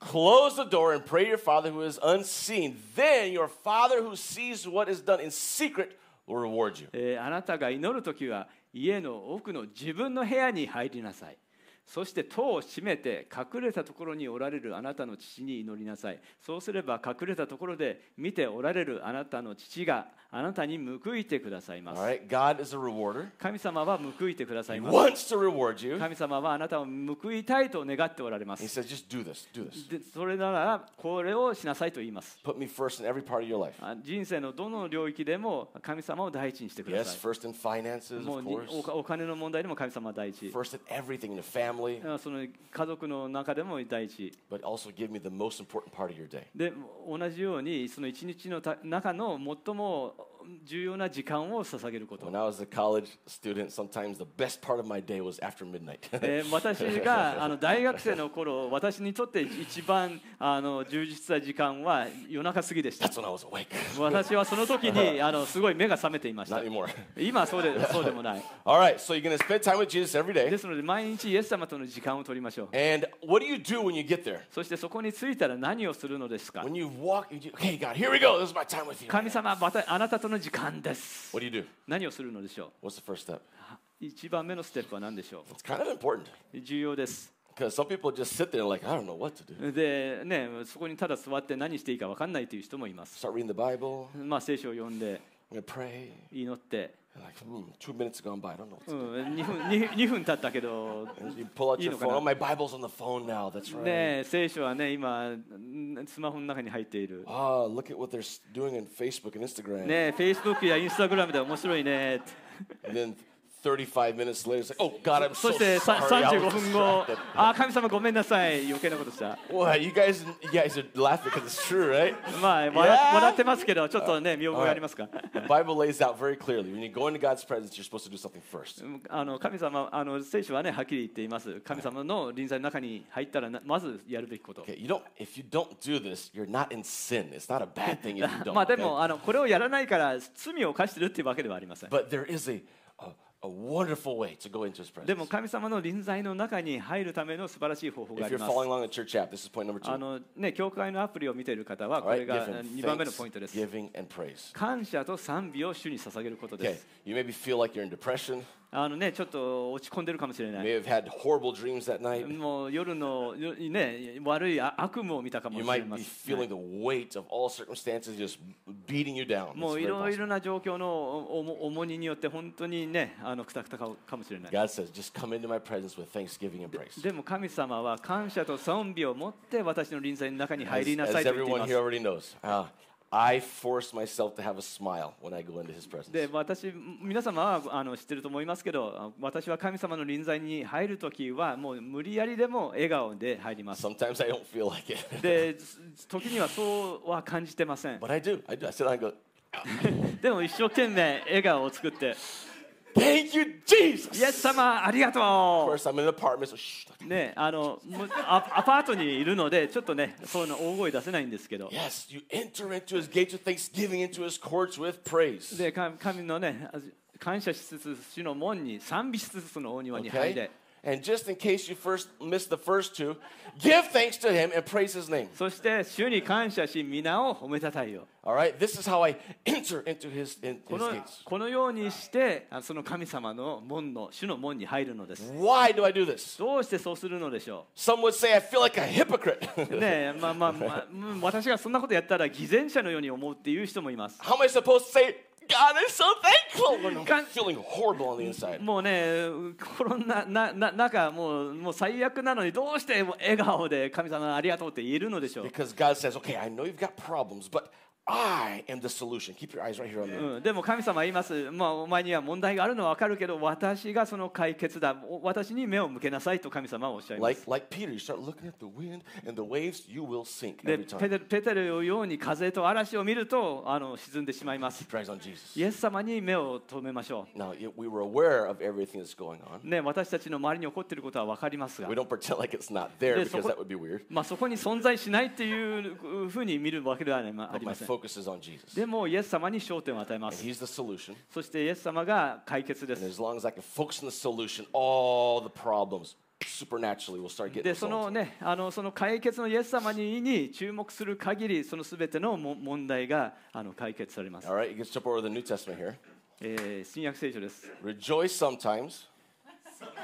Speaker 1: Close the door and pray to your Father who is unseen. Then your Father who sees what is done in secret will reward you.
Speaker 2: えーあなたが祈る時は家の奥の自分の部屋に入りなさいそして戸を閉めて隠れたところにおられるあなたの父に祈りなさいそうすれば隠れたところで見ておられるあなたの父があなたに報いてくださいます、
Speaker 1: All right, God is a rewarder.
Speaker 2: 神様は報いてください
Speaker 1: He
Speaker 2: ます
Speaker 1: wants to reward you.
Speaker 2: 神様はあなたを報いたいと願っておられま
Speaker 1: He
Speaker 2: す
Speaker 1: says, just do this, do this.
Speaker 2: でそれならこれをしなさいと言います
Speaker 1: Put me first in every part of your life.
Speaker 2: あ人生のどの領域でも神様を第一にしてくだ
Speaker 1: Yes,
Speaker 2: さ
Speaker 1: first in
Speaker 2: い
Speaker 1: finances,
Speaker 2: も
Speaker 1: of
Speaker 2: うに
Speaker 1: course.
Speaker 2: おお金の問題でも神様は第一
Speaker 1: First in everything, in the family.
Speaker 2: あその家族の中でも第一
Speaker 1: But also give me the most important part of your day.
Speaker 2: で同じようにその一日のた中の最も重要な時間を捧げること、
Speaker 1: When I was a college student, sometimes the best part of my day was after midnight.
Speaker 2: えー私があの大学生の頃私にとって一番あの充実した時間は夜中過ぎでした
Speaker 1: That's when I was awake.
Speaker 2: 私はその時にあのすごい目が覚めていまし
Speaker 1: Not
Speaker 2: た
Speaker 1: anymore.
Speaker 2: 今はそうでそうでもない
Speaker 1: All right, so you're going to spend time with Jesus every
Speaker 2: で
Speaker 1: day.
Speaker 2: すので毎日イエス様との時間を取りましょう
Speaker 1: And what do you do when you get there?
Speaker 2: そしてそこに着いたら何をするのですか
Speaker 1: When you walk, you do, okay, God, here we go. This is my time with you.
Speaker 2: 神様またあなたとの時間です
Speaker 1: What do you do?
Speaker 2: 何をするのでしょう
Speaker 1: What's the first step?
Speaker 2: 一番目のステップは何でしょ
Speaker 1: It's kind of important
Speaker 2: う重要です。
Speaker 1: because some people just sit there like, I don't know what to do.
Speaker 2: で、ね、そこにただ座って何していいか分かんないという人もいます。
Speaker 1: Start reading the Bible.
Speaker 2: まあ、聖書を読んで、
Speaker 1: I'm going to pray.
Speaker 2: 祈って、
Speaker 1: Like, hmm, two minutes gone by. I don't know what to
Speaker 2: う
Speaker 1: do.
Speaker 2: ん、2, 分 2, 2分経ったけど、
Speaker 1: You pull out
Speaker 2: You
Speaker 1: your
Speaker 2: know,
Speaker 1: phone.
Speaker 2: gonna-
Speaker 1: Oh, my Bible's on the phone now. That's right.
Speaker 2: ね、聖書はね、今、んスマホの中に入っている。
Speaker 1: Ah, look at what they're s- doing on Facebook and Instagram.
Speaker 2: ね、Facebook や Instagram で面白いね。
Speaker 1: And then 35 minutes later, it's like, oh God, I'm
Speaker 2: そ
Speaker 1: so
Speaker 2: してさ
Speaker 1: sorry. I
Speaker 2: 35
Speaker 1: was
Speaker 2: 分後
Speaker 1: distracted.、
Speaker 2: あー神様ごめんなさい、余計なことした。
Speaker 1: What you guys? You guys are laughing because it's true, right?
Speaker 2: まあ笑
Speaker 1: Yeah.
Speaker 2: 笑ってますけど、ちょっとね、見覚えありますか
Speaker 1: The Bible lays out very clearly when you go into God's presence, you're supposed to do something first.
Speaker 2: あの神様あの、聖書はね、はっきり言っています。神様の臨在の中に入ったらな、まずやるべきこと。
Speaker 1: Okay, you don't. If you don't do this, you're not in sin. It's not a bad thing if you don't.
Speaker 2: まあで
Speaker 1: okay?
Speaker 2: もあの、これをやらないから、罪を犯してるっていうわけではありません。
Speaker 1: But there is a, a a wonderful way to go into His
Speaker 2: で
Speaker 1: presence.
Speaker 2: も神様の臨在の中に入るための素晴らしい方法があ
Speaker 1: If
Speaker 2: り
Speaker 1: you're
Speaker 2: ま
Speaker 1: following
Speaker 2: す。
Speaker 1: along the church app, this is point number
Speaker 2: あ
Speaker 1: two.
Speaker 2: のね、教会のアプリを見ている方は、
Speaker 1: All
Speaker 2: これ
Speaker 1: right,
Speaker 2: が
Speaker 1: give
Speaker 2: 2
Speaker 1: Him
Speaker 2: 番目の
Speaker 1: thanks,
Speaker 2: ポイントです。
Speaker 1: giving and praise.
Speaker 2: 感謝と賛美を主に捧げることで
Speaker 1: Okay,
Speaker 2: す。
Speaker 1: you maybe feel like you're in depression.
Speaker 2: あのね、ちょっと落ち込んでるかもしれ
Speaker 1: You
Speaker 2: な
Speaker 1: may
Speaker 2: い。
Speaker 1: have had horrible dreams that night.
Speaker 2: もう夜のよね、悪いあ悪夢を見たかも
Speaker 1: You
Speaker 2: しれ
Speaker 1: might
Speaker 2: ま
Speaker 1: be
Speaker 2: せん。
Speaker 1: feeling the weight of all circumstances just beating you down. It's
Speaker 2: もう
Speaker 1: very
Speaker 2: いろい
Speaker 1: possible.
Speaker 2: ろな状況のおお重荷によって本当にね、あのくたくたかかもしれない。
Speaker 1: God says, just come into my presence with thanksgiving and praise.
Speaker 2: でも神様は感謝と賛美を持って私の臨在の中に入
Speaker 1: As,
Speaker 2: りなさ
Speaker 1: as
Speaker 2: いと言ってい
Speaker 1: everyone
Speaker 2: ま
Speaker 1: here
Speaker 2: す。
Speaker 1: already knows, uh, I force myself to have a smile when I go into his
Speaker 2: で
Speaker 1: presence.
Speaker 2: 私皆様はあの知ってると思いますけどあ私は神様の臨在に入るときはもう無理やりでも笑顔で入ります。
Speaker 1: Sometimes I don't feel like it,
Speaker 2: で時にはそうは感じてません
Speaker 1: but I do. I do. I sit down and go,
Speaker 2: でも一生懸命笑顔を作って「
Speaker 1: Thank you, Jesus.
Speaker 2: イエス
Speaker 1: Of
Speaker 2: 様ありがと
Speaker 1: course, I'm in an apartment, so shh.
Speaker 2: う!」ねあのもうアアパートにいるのでちょっとねそういうの大声出せないんですけど
Speaker 1: Yes, you enter into his gates with thanksgiving, into his courts with praise.
Speaker 2: でか神のねあ感謝しつつ主の門に賛美しつつのお庭に入
Speaker 1: Okay?
Speaker 2: れ
Speaker 1: And just in case you first missed the first two, give thanks to him and praise his name.
Speaker 2: そして主に感謝し皆を褒めたたえよ
Speaker 1: All right, this is how I enter into his, in,
Speaker 2: こ
Speaker 1: his
Speaker 2: の
Speaker 1: gates.
Speaker 2: このようにしてあその神様の門の主の門に入るのです
Speaker 1: Why do I do this?
Speaker 2: どうしてそうするのでしょう
Speaker 1: Some would say I feel like a hypocrite.
Speaker 2: ねえまあまあ、まあ、うん私がそんなことやったら偽善者のように思うっていう人もいます
Speaker 1: How am I supposed to say, God, I'm so thankful when I'm
Speaker 2: Can't-
Speaker 1: feeling horrible on the inside?
Speaker 2: もうね心のななな中もうもう最悪なのにどうしても笑顔で神様ありがとうって言えるのでしょう、
Speaker 1: Because God says, okay, I know you've got problems, but I am the solution. Keep your eyes right here on me.
Speaker 2: うん、でも神様は言います、まあ、お前には問題があるのは分かるけど私がその解決だお私に目を向けなさいと神様はおっしゃいま
Speaker 1: Like,
Speaker 2: す
Speaker 1: like Peter, you start looking at the wind and the waves, you will sink every
Speaker 2: でペ
Speaker 1: time.
Speaker 2: テペテルのように風と嵐を見るとあの沈んでしまいます
Speaker 1: Keep your eyes on Jesus.
Speaker 2: イエス様に目を留めましょ
Speaker 1: Now, y- we were aware of everything that's going
Speaker 2: う、
Speaker 1: on.
Speaker 2: ね、私たちの周りに起こっていることは分かりますが
Speaker 1: We don't pretend like it's not there
Speaker 2: Yeah, so
Speaker 1: because
Speaker 2: what-
Speaker 1: that would be weird.
Speaker 2: まあ、そこに存在しないっていううふうに見るわけではありまあ
Speaker 1: But
Speaker 2: り
Speaker 1: my
Speaker 2: ません。
Speaker 1: focus is on Jesus.
Speaker 2: でも、イエス様に焦点を与えま
Speaker 1: And
Speaker 2: す。
Speaker 1: He's the solution.
Speaker 2: そして、イエス様が解決で
Speaker 1: And as
Speaker 2: す。
Speaker 1: long as I can focus on the solution, all the problems supernaturally will start getting
Speaker 2: で、そ
Speaker 1: resolved.
Speaker 2: のね、あのその解決のイエス様にに注目する限り、そのすべてのも問題があの解決されます
Speaker 1: All。right, you can jump over to the New Testament here.
Speaker 2: えー新約聖書です。
Speaker 1: Rejoice sometimes,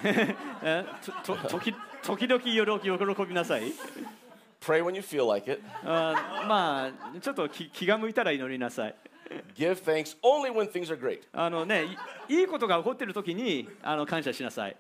Speaker 2: えー とと時時々喜喜びなさい。
Speaker 1: pray when you feel like it,
Speaker 2: あーまあ、ちょっと気気が向いたら祈りなさい。
Speaker 1: give thanks only when things are great.
Speaker 2: あのね、いいいことが起こっているときにあの感謝しなさい。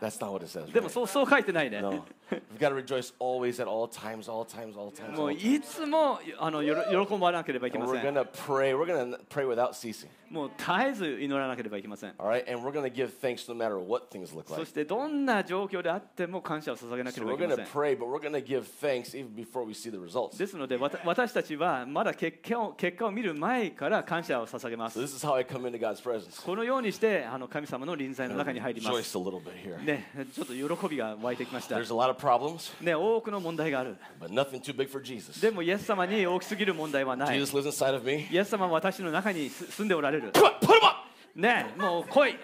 Speaker 1: That's not what it says.
Speaker 2: でも、
Speaker 1: Right?
Speaker 2: そうそう書いてないね。
Speaker 1: No. We've got to rejoice always at all times, all times, all times.
Speaker 2: も
Speaker 1: All
Speaker 2: う
Speaker 1: times.
Speaker 2: いつもあのよろ喜ばなければいけ
Speaker 1: And
Speaker 2: ませ
Speaker 1: we're
Speaker 2: ん
Speaker 1: going。to pray. We're going to pray without ceasing.
Speaker 2: もう絶えず祈らなければいけません。
Speaker 1: All right, and we're going to give thanks no matter what things look
Speaker 2: そ
Speaker 1: like.
Speaker 2: してどんな状況であっても感謝を捧げなけ
Speaker 1: So
Speaker 2: れば
Speaker 1: we're
Speaker 2: いけ
Speaker 1: going
Speaker 2: ま
Speaker 1: to
Speaker 2: せん。
Speaker 1: pray, but we're going to give thanks even before we see the results.
Speaker 2: ですのでわた私たちはまだ結果を結果を見る前から感謝を捧げま
Speaker 1: So
Speaker 2: す。
Speaker 1: this is how I come into God's presence.
Speaker 2: このようにしてあの神様の臨在の中に入りま
Speaker 1: Rejoice
Speaker 2: す。
Speaker 1: a little bit here.
Speaker 2: ね、ちょっと喜びが湧いてきました。
Speaker 1: There's a lot of problems,
Speaker 2: ね、多くの問題がある。
Speaker 1: but nothing too big for Jesus.
Speaker 2: でも、イエス様に大きすぎる問題はない。イ
Speaker 1: Jesus lives inside of me.
Speaker 2: エス様は私の中にす住んでおられる。
Speaker 1: Come on, put him up.
Speaker 2: ね、もう来い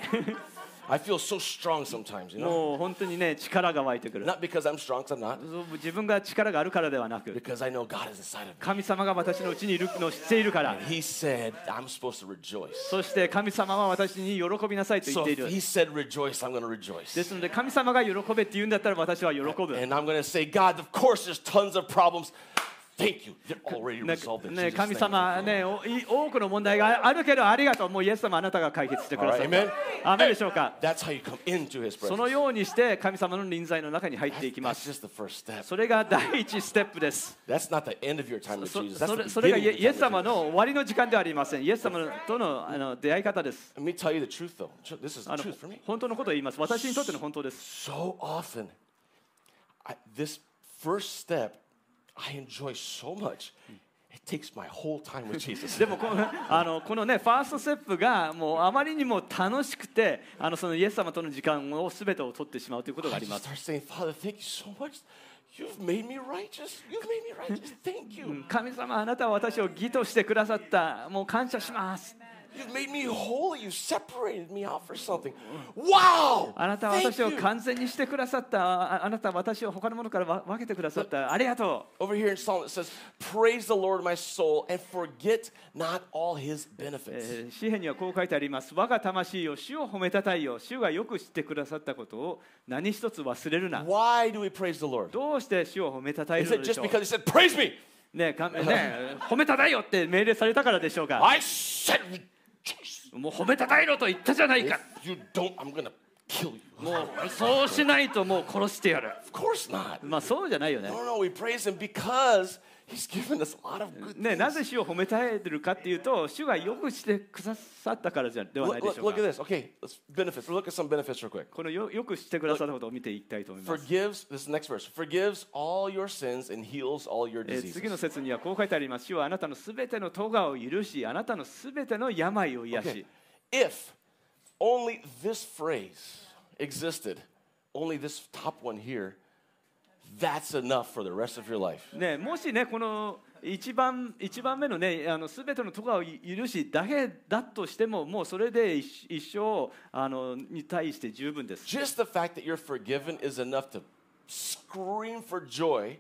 Speaker 1: I feel so strong sometimes, you know.
Speaker 2: もう本当にね、力が湧いてくる。
Speaker 1: Not because I'm strong, 'cause I'm not.
Speaker 2: そう自分が力があるからではなく
Speaker 1: Because I know God is inside of me.
Speaker 2: 神様が私のうちにいるのを知っているから
Speaker 1: He said, I'm supposed to rejoice.
Speaker 2: そして神様は私に喜びなさいと言
Speaker 1: So
Speaker 2: ってい
Speaker 1: if
Speaker 2: る
Speaker 1: he said rejoice, I'm going to rejoice.
Speaker 2: ですので神様が喜べって言うんだったら私は喜ぶ
Speaker 1: And I'm going to say, God, of course there's tons of problems. Thank you. They're already
Speaker 2: ね
Speaker 1: resolved in
Speaker 2: ね
Speaker 1: Jesus'
Speaker 2: 神
Speaker 1: name.
Speaker 2: 様、ね、おい多くの問題があるけど、ありがとう、もうイエス様、あなたが解決してくださ
Speaker 1: All right, amen.
Speaker 2: った。アーメンでしょうか。
Speaker 1: That's how you come into his
Speaker 2: そ
Speaker 1: presence.
Speaker 2: のようにして、神様の臨在の中に入ってい
Speaker 1: That's,
Speaker 2: きま
Speaker 1: that's
Speaker 2: す。
Speaker 1: just the first step.
Speaker 2: それが第一ステップです。
Speaker 1: That's not the end of your time with
Speaker 2: そ
Speaker 1: Jesus. That's
Speaker 2: そ
Speaker 1: the
Speaker 2: れそれが
Speaker 1: beginning
Speaker 2: イ
Speaker 1: of
Speaker 2: エイ
Speaker 1: your
Speaker 2: エ
Speaker 1: time with
Speaker 2: ス様
Speaker 1: Jesus.
Speaker 2: の終わりの時間ではありません。イエス様のとのあの出会い方です。
Speaker 1: Let me tell you the truth, though. Tru- This is
Speaker 2: あ
Speaker 1: the
Speaker 2: の
Speaker 1: truth for me.
Speaker 2: 本当のことを言います。私にとっての本当です。
Speaker 1: So often, I, this first step, I enjoy so much. It takes my whole time with Jesus.
Speaker 2: でもこのあのこのねファーストステップがもうあまりにも楽しくてあのそのイエス様との時間をすべてを取ってしまうということが
Speaker 1: I
Speaker 2: あり
Speaker 1: just
Speaker 2: ます。
Speaker 1: start saying, Father, thank you so much. You've made me righteous. You've made me righteous. Thank you.
Speaker 2: 神様あなたは私を義としてくださったもう感謝します
Speaker 1: You've made me holy. You separated me out for something. Wow!
Speaker 2: あなたは
Speaker 1: Thank
Speaker 2: 私を
Speaker 1: you.
Speaker 2: 完全にしてくださったああなたは私を他のものからわ分けてくださったありがと
Speaker 1: Over here in Psalm, it says, Praise the Lord, my soul, and forget not all his
Speaker 2: う、え
Speaker 1: benefits.
Speaker 2: ー詩篇にはこう書いてあります我が魂を主を褒めたたいよ主がよく知ってくださったことを何一つ忘れるな
Speaker 1: Why do we praise the Lord?
Speaker 2: どうして主を褒めたたえ
Speaker 1: Is
Speaker 2: るの
Speaker 1: it
Speaker 2: でし
Speaker 1: just
Speaker 2: ょう
Speaker 1: because he said, Praise me?
Speaker 2: ねか ね褒めたたえよって命令されたからでしょうか
Speaker 1: I said, rejoice.
Speaker 2: もう褒めたたえろと言ったじゃない
Speaker 1: If
Speaker 2: か
Speaker 1: you don't, I'm going to kill you.
Speaker 2: もう そうしないともう殺してやる
Speaker 1: Of course not.
Speaker 2: まあそうじゃないよね
Speaker 1: No, no, we praise him because he's given us a lot of good
Speaker 2: ね、
Speaker 1: things.
Speaker 2: なぜ主を褒めたえてるかっていうと、主がよくしてくださったからじゃではない
Speaker 1: Look,
Speaker 2: でし
Speaker 1: look,
Speaker 2: ょう
Speaker 1: look at
Speaker 2: か。
Speaker 1: this. Okay, let's benefits. Look at some benefits real quick.
Speaker 2: このよよくしてくださったことを見ていきたいと思います。
Speaker 1: Forgives, this is the next verse, forgives all your sins and heals all your
Speaker 2: えー
Speaker 1: diseases.
Speaker 2: 次の説にはこう書いてあります。主はあなたのすべての咎を許し、あなたのすべての病を癒
Speaker 1: Okay.
Speaker 2: し。
Speaker 1: If only this phrase existed, only this top one here, that's enough for the rest of your life.
Speaker 2: ね、もしね、この一番一番目のね、あのすべての咎を許しだけだとしても、もうそれで一一生あのに対して十分です。
Speaker 1: Just the fact that you're forgiven is enough to scream for joy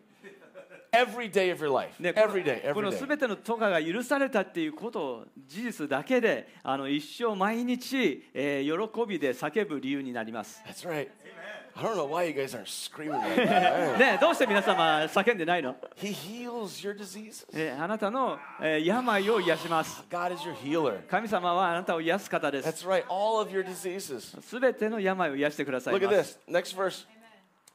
Speaker 1: every day of your life.
Speaker 2: ね、
Speaker 1: Every day,
Speaker 2: こ
Speaker 1: every
Speaker 2: のす
Speaker 1: day.
Speaker 2: べての咎が許されたっていうことを事実だけであの一生毎日、えー喜びで叫ぶ理由になります。
Speaker 1: That's right. I don't know why you guys aren't screaming like that.
Speaker 2: ねえどうして皆様叫んでないの、
Speaker 1: He heals your diseases.
Speaker 2: えーあなたの、えー病を癒します。
Speaker 1: God is your healer.
Speaker 2: 神様はあなたを癒す方です。
Speaker 1: That's right, all of your diseases.
Speaker 2: すべての病を癒してください
Speaker 1: Look
Speaker 2: ま
Speaker 1: at
Speaker 2: す。
Speaker 1: this. Next verse,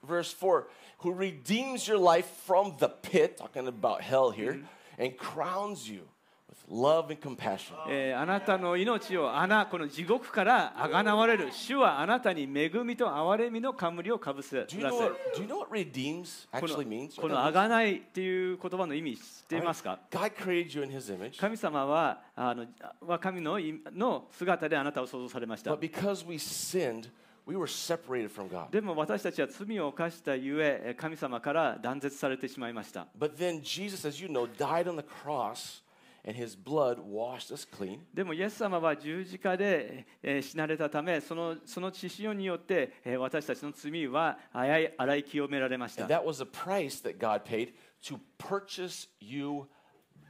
Speaker 1: verse 4. Who redeems your life from the pit, talking about hell here, and crowns you with love and compassion.
Speaker 2: えーあなたの命を穴この地獄からあがなわれる主はあなたに恵みと憐れみの冠をかぶせ
Speaker 1: Do
Speaker 2: く
Speaker 1: you
Speaker 2: だ
Speaker 1: know
Speaker 2: さい
Speaker 1: what, do you know what redeems
Speaker 2: こ
Speaker 1: actually
Speaker 2: の
Speaker 1: means?
Speaker 2: このあがないっていう言葉の意味知ってい
Speaker 1: Right?
Speaker 2: ますか
Speaker 1: God created you in his image.
Speaker 2: 神様はあのは神のいの姿であなたを創造されました
Speaker 1: But。because we sinned, we were separated from God.
Speaker 2: でも私たちは罪を犯したゆええ神様から断絶されてしまいました。
Speaker 1: But then Jesus, as you know, died on the cross, and his blood washed us clean.
Speaker 2: でもイエス様は十字架で、えー死なれたためそのその血潮によって、えー私たちの罪は洗い洗い清められました
Speaker 1: And。that was the price that God paid to purchase you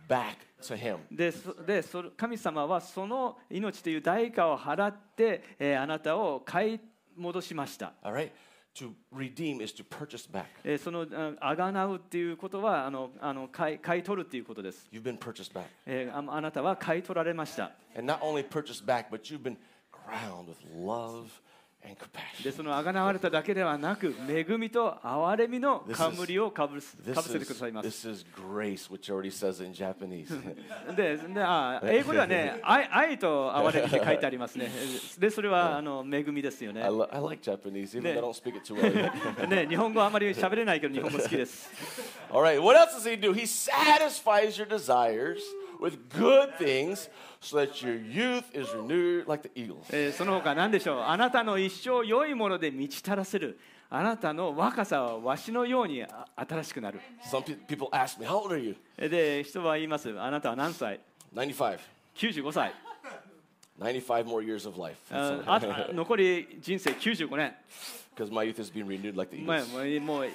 Speaker 1: back to Him.
Speaker 2: でそでそ神様はその命という代価を払って、えーあなたを買い戻しました。
Speaker 1: All right? To redeem is to purchase back.
Speaker 2: えーそのあがなうっていうことはあのあの買い買い取るっていうことです。
Speaker 1: You've been purchased back.
Speaker 2: えーああなたは買い取られました。
Speaker 1: And not only purchased back, but you've been crowned with love and
Speaker 2: で
Speaker 1: compassion.
Speaker 2: その贖われただけではなく恵みと憐れみの
Speaker 1: This is-
Speaker 2: 冠をかぶすか
Speaker 1: This
Speaker 2: ぶせてくだ
Speaker 1: is,
Speaker 2: さいます。
Speaker 1: this is grace, which already says it in Japanese.
Speaker 2: でであ英語ではね愛愛と憐れみって書いてありますね。でそれはあの恵みですよ
Speaker 1: I,
Speaker 2: ね。
Speaker 1: lo- I like Japanese, even though I
Speaker 2: Ne.
Speaker 1: don't speak it too well. yet.
Speaker 2: ね日本語あまり喋れないけど日本語好きです。
Speaker 1: All right, what else does He do? He satisfies your desires with good things so that your youth is renewed like the eagles.
Speaker 2: えーその他何でしょうあなたの一生良いもので満ち足らせるあなたの若さはわしのようにあ新しくなる。
Speaker 1: Some pe- people ask me, How old are you?
Speaker 2: で人は言いますあなたは何歳
Speaker 1: 95.
Speaker 2: 95歳
Speaker 1: 95 more years of life.
Speaker 2: あああ残り人生95年。
Speaker 1: Because my youth is being renewed like the
Speaker 2: まあ
Speaker 1: eagles.
Speaker 2: もうもう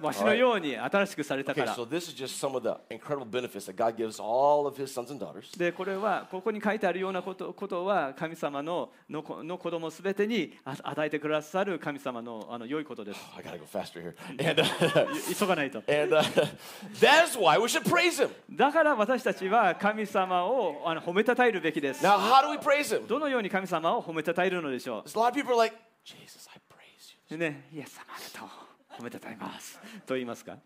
Speaker 2: わしのように新しくされたか
Speaker 1: Okay,
Speaker 2: ら
Speaker 1: so。this is just some of the incredible benefits that God gives all of his sons and daughters.
Speaker 2: でこれはここに書いてあるようなことことは神様のの子の子供すべてにあ与えてくださる神様のあの良いことです。
Speaker 1: Oh, I gotta go faster here. And, uh,
Speaker 2: い急がないと。
Speaker 1: and uh, that is why we should praise him.
Speaker 2: だから私たちは神様をあの褒めたたえるべきです。
Speaker 1: Now, how do we praise him?
Speaker 2: どのように神様を褒めたたえるのでしょ
Speaker 1: There's a lot of people are like, Jesus, I praise you.
Speaker 2: う。でね、イエス様あなたを褒めたたえます。と言いますか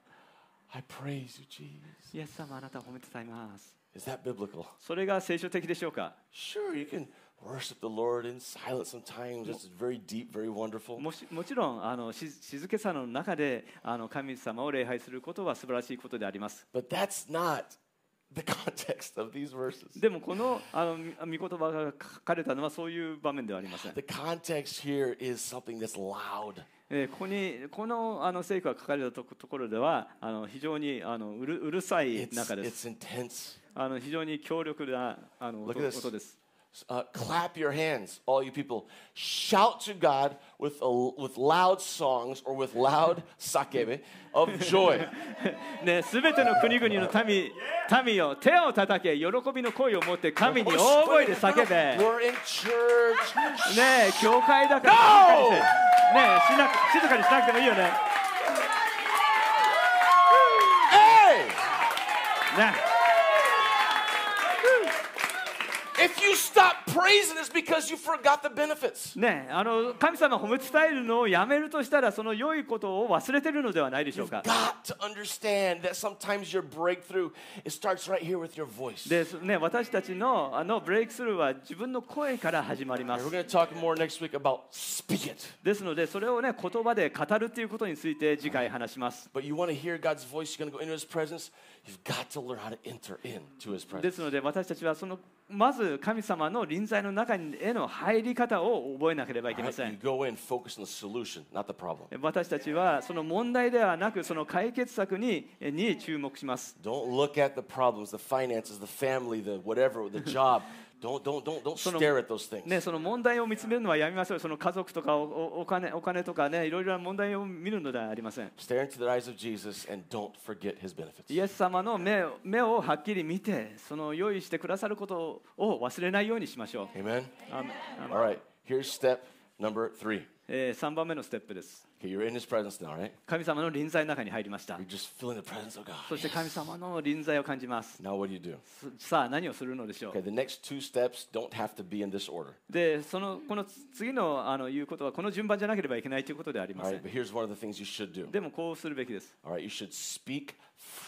Speaker 1: I praise you, Jesus.
Speaker 2: イエス様あなたを褒めたたえます。
Speaker 1: Is that biblical?
Speaker 2: それが聖書的でしょうか
Speaker 1: Sure, you can worship the Lord in silence sometimes. That's very deep, very wonderful.
Speaker 2: もしもちろんあのし静けさの中であの神様を礼拝することは素晴らしいことであります。
Speaker 1: But that's not the context of these verses.
Speaker 2: でもこのあのみ御言葉が書かれたのはそういう場面ではありません。
Speaker 1: The context here is something that's loud.
Speaker 2: えーここにこのあの聖句が書かれたとこところではあの非常にあのうるうるさい
Speaker 1: It's,
Speaker 2: 中です。
Speaker 1: it's intense.
Speaker 2: あの非常に強力なあの
Speaker 1: Look
Speaker 2: 音
Speaker 1: at this.
Speaker 2: 音です。
Speaker 1: Uh, clap your hands, all you people. Shout to God with, a, with loud songs or with loud sakebe of joy.
Speaker 2: ねすべての国々の民民よ手を叩け喜びの声を持って神に大声で叫べ。
Speaker 1: We're in church.
Speaker 2: ねえ教会だから静かにしてねえしな静かにしなくてもいいよね。ね
Speaker 1: Hey!
Speaker 2: え
Speaker 1: If you stop praising, it's because you forgot the benefits.
Speaker 2: ねえあの神様を褒め伝えるのをやめるとしたらその良いことを忘れてるのではないでしょうか。
Speaker 1: Got to understand that sometimes your breakthrough it starts right here with your voice.
Speaker 2: でね、私たちのあのブレイクスルーは自分の声から始まりま
Speaker 1: We're
Speaker 2: す
Speaker 1: going to talk more next week about speak it.
Speaker 2: ですのでそれをね言葉で語るということについて次回話します
Speaker 1: But you want to hear God's voice, you're going to go into His presence. You've got to learn how to enter into His
Speaker 2: で
Speaker 1: presence.
Speaker 2: すので私たちはそのまず神様の臨在の中にへの入り方を覚えなければいけま
Speaker 1: Right?
Speaker 2: せ
Speaker 1: You
Speaker 2: ん
Speaker 1: go in, focus on the solution, not the problem.
Speaker 2: 私たちはその問題ではなくその解決策にえに注目します
Speaker 1: Don't look at the problems, the finances, the family, the whatever, the job. Don't don't don't don't
Speaker 2: Sono-
Speaker 1: stare at those things.
Speaker 2: ね、その問題を見つめるのはやめましょうその家族とかおおお金お金とかねいろいろな問題を見るのではありません
Speaker 1: Stare into the eyes of Jesus and don't forget His benefits.
Speaker 2: イエス様の目を目をはっきり見て、その用意してくださることを忘れないようにしましょう。
Speaker 1: Amen.
Speaker 2: あのあの
Speaker 1: All right. Here's step number three.
Speaker 2: え3番目のステップです。
Speaker 1: Okay, you're in His presence now, right?
Speaker 2: 神様の臨在の中に入りました。
Speaker 1: You're just feeling the presence of God.
Speaker 2: そして神様の臨在を感じます。
Speaker 1: Now, what do you do?
Speaker 2: すさあ、何をするのでしょ
Speaker 1: Okay,
Speaker 2: う。
Speaker 1: the next two steps don't have to be in this order.
Speaker 2: で、そのこのつ次のあの言うことは、この順番じゃなければいけないということではあり
Speaker 1: All
Speaker 2: ませ
Speaker 1: right,
Speaker 2: ん。
Speaker 1: but here's one of the things you should do.
Speaker 2: でも、こうするべきです。
Speaker 1: All right, you should speak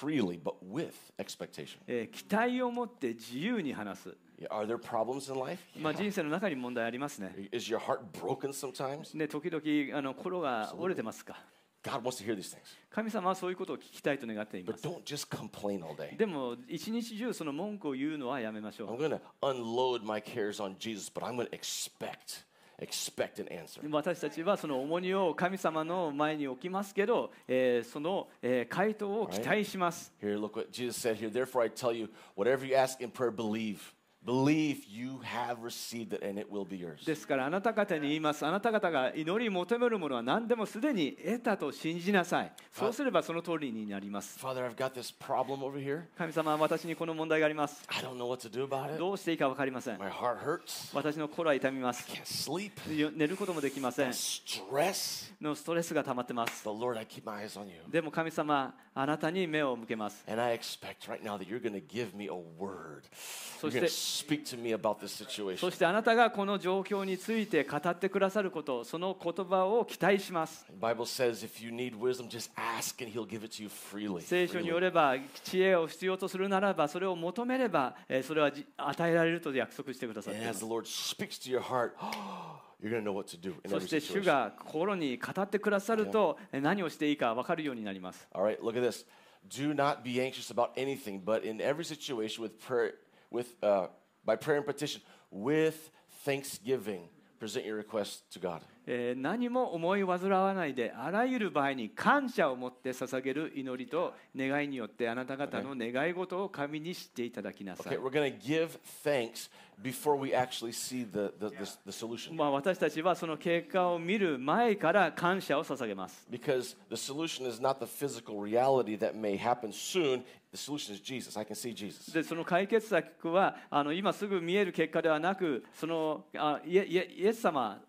Speaker 1: freely, but with expectation.
Speaker 2: えー期待を持って自由に話す。
Speaker 1: Yeah, Are there problems in life?
Speaker 2: まあ、人生の中に問題ありますね。
Speaker 1: Is your heart broken sometimes?
Speaker 2: ね、時々あの心が折れてますか。
Speaker 1: God wants to hear these things.
Speaker 2: 神様はそういうことを聞きたいと願っています
Speaker 1: But。don't just complain all day.
Speaker 2: でも一日中その文句を言うのはやめましょ
Speaker 1: I'm going to unload my cares on Jesus, but I'm going to expect expect an answer.
Speaker 2: う。私たちはその重荷を神様の前に置きますけど、えーその、えー回答を期待します。
Speaker 1: Here, look what Jesus said here. Therefore, I tell you, whatever you ask in prayer, believe. Believe you have received it and it will be yours.
Speaker 2: ですからあなた方に言います。あなた方が祈り求めるものは何でもすでに得たと信じなさい。そうすればその通りになります。
Speaker 1: Father, I've got this problem over here.
Speaker 2: 神様は私にこの問題があります。
Speaker 1: I don't know what to do about it.
Speaker 2: どうしていいか分かりません。
Speaker 1: My heart hurts.
Speaker 2: 私の心は痛みます。
Speaker 1: Can't sleep.
Speaker 2: よ寝ることもできません。
Speaker 1: Stress.
Speaker 2: のストレスが溜まってます。
Speaker 1: But Lord, I keep my eyes on you.
Speaker 2: でも神様、あなたに目を向けます。
Speaker 1: And I expect right now that you're going to give me a word. You're
Speaker 2: そ
Speaker 1: going to
Speaker 2: して
Speaker 1: speak to me about this
Speaker 2: そ
Speaker 1: situation.
Speaker 2: してあなたがこの状況について語ってくださること、その言葉を期待します。
Speaker 1: The Bible says if you need wisdom, just ask and he'll give it to you freely.
Speaker 2: 聖書に
Speaker 1: freely.
Speaker 2: よれば、知恵を必要とするならば、それを求めれば、えーそれはじ与えられると約束してくださって
Speaker 1: And
Speaker 2: いま
Speaker 1: as
Speaker 2: す
Speaker 1: the。Lord speaks to your heart, you're going to know what to do in
Speaker 2: そ
Speaker 1: every
Speaker 2: して主
Speaker 1: situation.
Speaker 2: が心に語ってくださると、えー何をしていいか分かるようになります。
Speaker 1: All right, look at this. Do not be anxious about anything, but in every situation with prayer, with uh, by prayer and petition, with thanksgiving, present your requests to God.
Speaker 2: えー何も思い煩わないであらゆる場合に感謝を持って捧げる祈りと願いによってあなた方の願い事を神に知っていただきなさ
Speaker 1: Okay,
Speaker 2: い。
Speaker 1: we're going to give thanks before we actually see the, the, the, the solution.
Speaker 2: まあ、私たちはその結果を見る前から感謝を捧げます。
Speaker 1: Because the solution is not the physical reality that may happen soon. The solution is Jesus. I can see Jesus.
Speaker 2: でその解決策はあの今すぐ見える結果ではなくそのあイエイエイエス様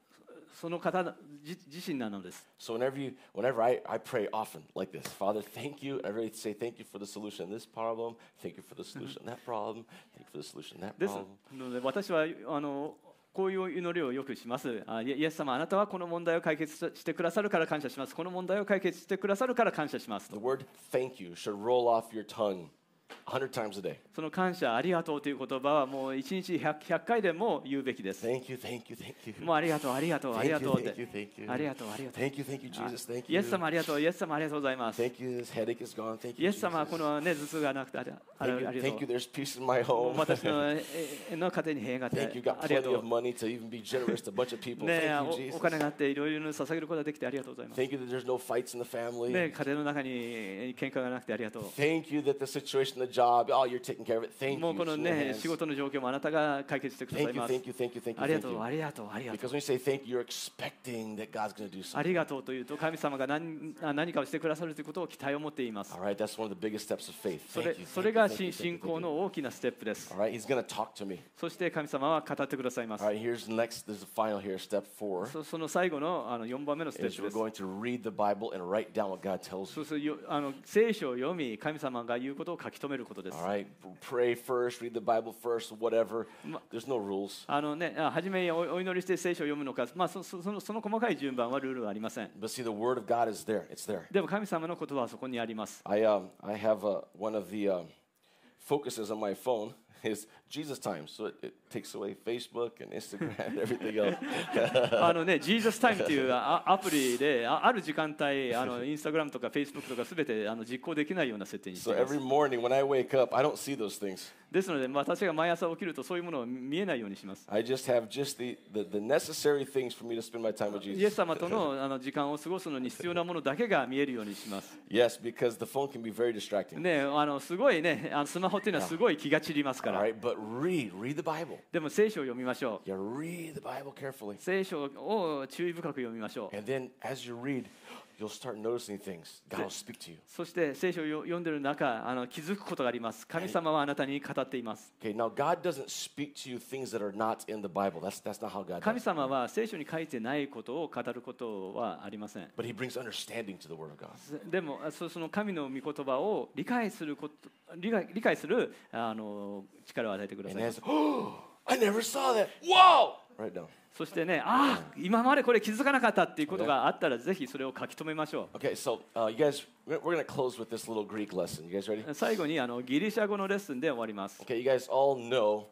Speaker 2: その方じ自身なのです。
Speaker 1: So whenever you, whenever I, I pray often like this, Father, thank you. And I really say thank you for the solution to this problem. Thank you for the solution to that problem. Thank you for the solution to that
Speaker 2: です
Speaker 1: problem.
Speaker 2: ので私はあのこういう祈りをよくしますあイエイエス様あなたはこの問題を解決ししてくださるから感謝しますこの問題を解決してくださるから感謝しますと
Speaker 1: The word thank you should roll off your tongue 100 times a day.
Speaker 2: その感謝ありがとうという言葉はもう1日 100, 100回でも言うべきです。
Speaker 1: Thank you, thank you, thank you.
Speaker 2: もうありがとうありがとうあり
Speaker 1: Thank
Speaker 2: が
Speaker 1: you,
Speaker 2: とうって
Speaker 1: thank you, thank you.
Speaker 2: ありがとうありがとう
Speaker 1: Thank you, thank
Speaker 2: Ah.
Speaker 1: you, Jesus. Thank
Speaker 2: イ
Speaker 1: you.
Speaker 2: エス様ありがとうイエス様ありがとうございます。
Speaker 1: Thank you, this headache is gone. Thank
Speaker 2: イ
Speaker 1: you,
Speaker 2: エス
Speaker 1: Jesus.
Speaker 2: 様はこのね頭痛がなくてありあり
Speaker 1: Thank
Speaker 2: あ
Speaker 1: you,
Speaker 2: りがと
Speaker 1: thank you,
Speaker 2: う。
Speaker 1: there私 there's peace in my
Speaker 2: もう
Speaker 1: home.
Speaker 2: 私のええの家庭に平和があって
Speaker 1: Thank you, got
Speaker 2: ありが
Speaker 1: plenty
Speaker 2: と
Speaker 1: of
Speaker 2: う。
Speaker 1: money to even be generous to a bunch of people.
Speaker 2: ね
Speaker 1: Thank
Speaker 2: お
Speaker 1: you,
Speaker 2: お金
Speaker 1: Jesus.
Speaker 2: があっていろいろな捧げることができてありがとうございます。
Speaker 1: Thank you that there's no fights in the
Speaker 2: ね
Speaker 1: family.
Speaker 2: 家庭の中にえ喧嘩がなくてありがとう。
Speaker 1: Thank you that the situation, the job, oh, you're taking care of it. Thank
Speaker 2: も
Speaker 1: you.
Speaker 2: うこ
Speaker 1: It's
Speaker 2: の
Speaker 1: in your
Speaker 2: ね
Speaker 1: hands.
Speaker 2: 仕事の状況もあなたが解決してくださ
Speaker 1: Thank
Speaker 2: い
Speaker 1: you,
Speaker 2: ます。
Speaker 1: thank you, thank you, thank you,
Speaker 2: ありが
Speaker 1: thank
Speaker 2: とう
Speaker 1: you.
Speaker 2: ありがとうありがとう。
Speaker 1: Because when you say thank you, you're expecting that God's going to do
Speaker 2: あ
Speaker 1: something.
Speaker 2: りがとうというと神様が何あ何かをしてくださるということを期待を持っています
Speaker 1: All。right, that's one of the biggest steps of faith.
Speaker 2: そ
Speaker 1: Thank
Speaker 2: れ
Speaker 1: you,
Speaker 2: そ
Speaker 1: thank
Speaker 2: れ
Speaker 1: you,
Speaker 2: が
Speaker 1: thank you, thank
Speaker 2: 信
Speaker 1: you,
Speaker 2: 信
Speaker 1: thank you.
Speaker 2: 仰の大きなステップです。
Speaker 1: All right, He's going to talk to me.
Speaker 2: そして神様は語ってくださいます
Speaker 1: All。right, here's the next. There's the final here, step four.
Speaker 2: そその最後のあの4番目のステッ
Speaker 1: Is
Speaker 2: プ
Speaker 1: we're
Speaker 2: です。
Speaker 1: going to read the Bible and write down what God tells
Speaker 2: そう
Speaker 1: you.
Speaker 2: そうよあの聖書を読み神様が言うことを書き留めることです
Speaker 1: All。right, pray first, read the Bible first, whatever. There's no rules,
Speaker 2: あのね、あ初めにおお祈りして聖書を読むのか、まあ、そそそのその細かい順番はルールはありません。
Speaker 1: but see, the Word of God is there. It's there.
Speaker 2: でも神様の言葉はそこにあります。
Speaker 1: I um, I have uh, one of the um, focuses on my phone is Jesus time, so it, it takes away Facebook and Instagram and everything else.
Speaker 2: あのね、Jesus Time というあアプリで、あある時間 帯、あのインスタグラムとかフェイスブックとかすべてあの実行できないような設定にして
Speaker 1: So
Speaker 2: います
Speaker 1: every。morning when I wake up, I don't see those things.
Speaker 2: ですので、まあ私が毎朝起きるとそういうものを見えないように します。
Speaker 1: I just have just the, the, the necessary things for me to spend my time with
Speaker 2: イエ
Speaker 1: Jesus.
Speaker 2: ス様とのあの時間を過ごすのに必要なものだけが見えるようにします。
Speaker 1: Yes, because the phone can be very distracting.
Speaker 2: ね、あのすごいね、あのスマホっ ていうのはすごい気が散りますか
Speaker 1: All
Speaker 2: ら。
Speaker 1: right, but read, read the Bible.
Speaker 2: でも聖書を読みましょう。
Speaker 1: Yeah, read the Bible carefully.
Speaker 2: 聖書を注意深く読みましょう。
Speaker 1: And then as you read, you'll start noticing things. God will speak to you.
Speaker 2: そして聖書をよ読んでる中あの、気づくことがあります。神様はあなたに語っています。
Speaker 1: Okay, now God doesn't speak to you things that are not in the Bible. That's, that's not how God
Speaker 2: 神
Speaker 1: does.
Speaker 2: 様は聖書に書いてないことを語ることはありません。
Speaker 1: But He brings understanding to the Word of God.
Speaker 2: でもあそその神の御言葉を理解すること理解理解するあの力を与えてくだ
Speaker 1: And
Speaker 2: さい。
Speaker 1: as, oh, I never saw that. Whoa! Right now.
Speaker 2: そしてね、ああ、今までこれ気づかなかったっていうことがあったら、ぜひそれを書き留めましょ
Speaker 1: Okay, so uh, you guys, we're going to close with this little Greek lesson. You guys ready?
Speaker 2: う。最後にあのギリシャ語のレッスンで終わります。
Speaker 1: Okay, you guys all know,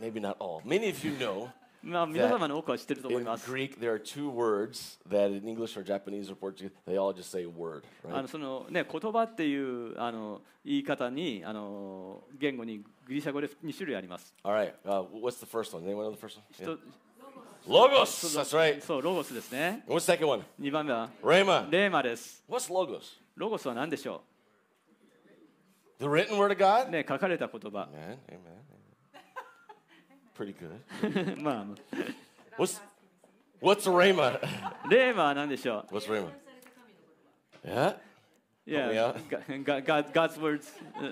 Speaker 1: maybe not all, many of you know.
Speaker 2: まあ、皆様の多くは知ってると思い
Speaker 1: In
Speaker 2: ます。
Speaker 1: Greek, there are two words that in English or Japanese or Portuguese, they all just say word,
Speaker 2: あ
Speaker 1: right?
Speaker 2: のそのね、言葉っていうあの言い方にあの言語にギリシャ語で2種類あります。
Speaker 1: All right, uh, what's the first one? Anyone know the first one?
Speaker 2: ひと
Speaker 1: Yeah. Logos, that's right. And
Speaker 2: そうロゴスですね。
Speaker 1: what's the second one?
Speaker 2: 2番目は
Speaker 1: Rhema.
Speaker 2: レーマです。
Speaker 1: What's logos?
Speaker 2: ロゴスは何でしょ
Speaker 1: The written word of God?
Speaker 2: う、ね、書かれた言葉。
Speaker 1: Amen, amen, amen. Pretty good.
Speaker 2: ま
Speaker 1: What's, what's a rhema?
Speaker 2: あ、レーマは何でしょ
Speaker 1: What's rhema? Yeah,
Speaker 2: ういや、
Speaker 1: Yeah.
Speaker 2: がが God's words.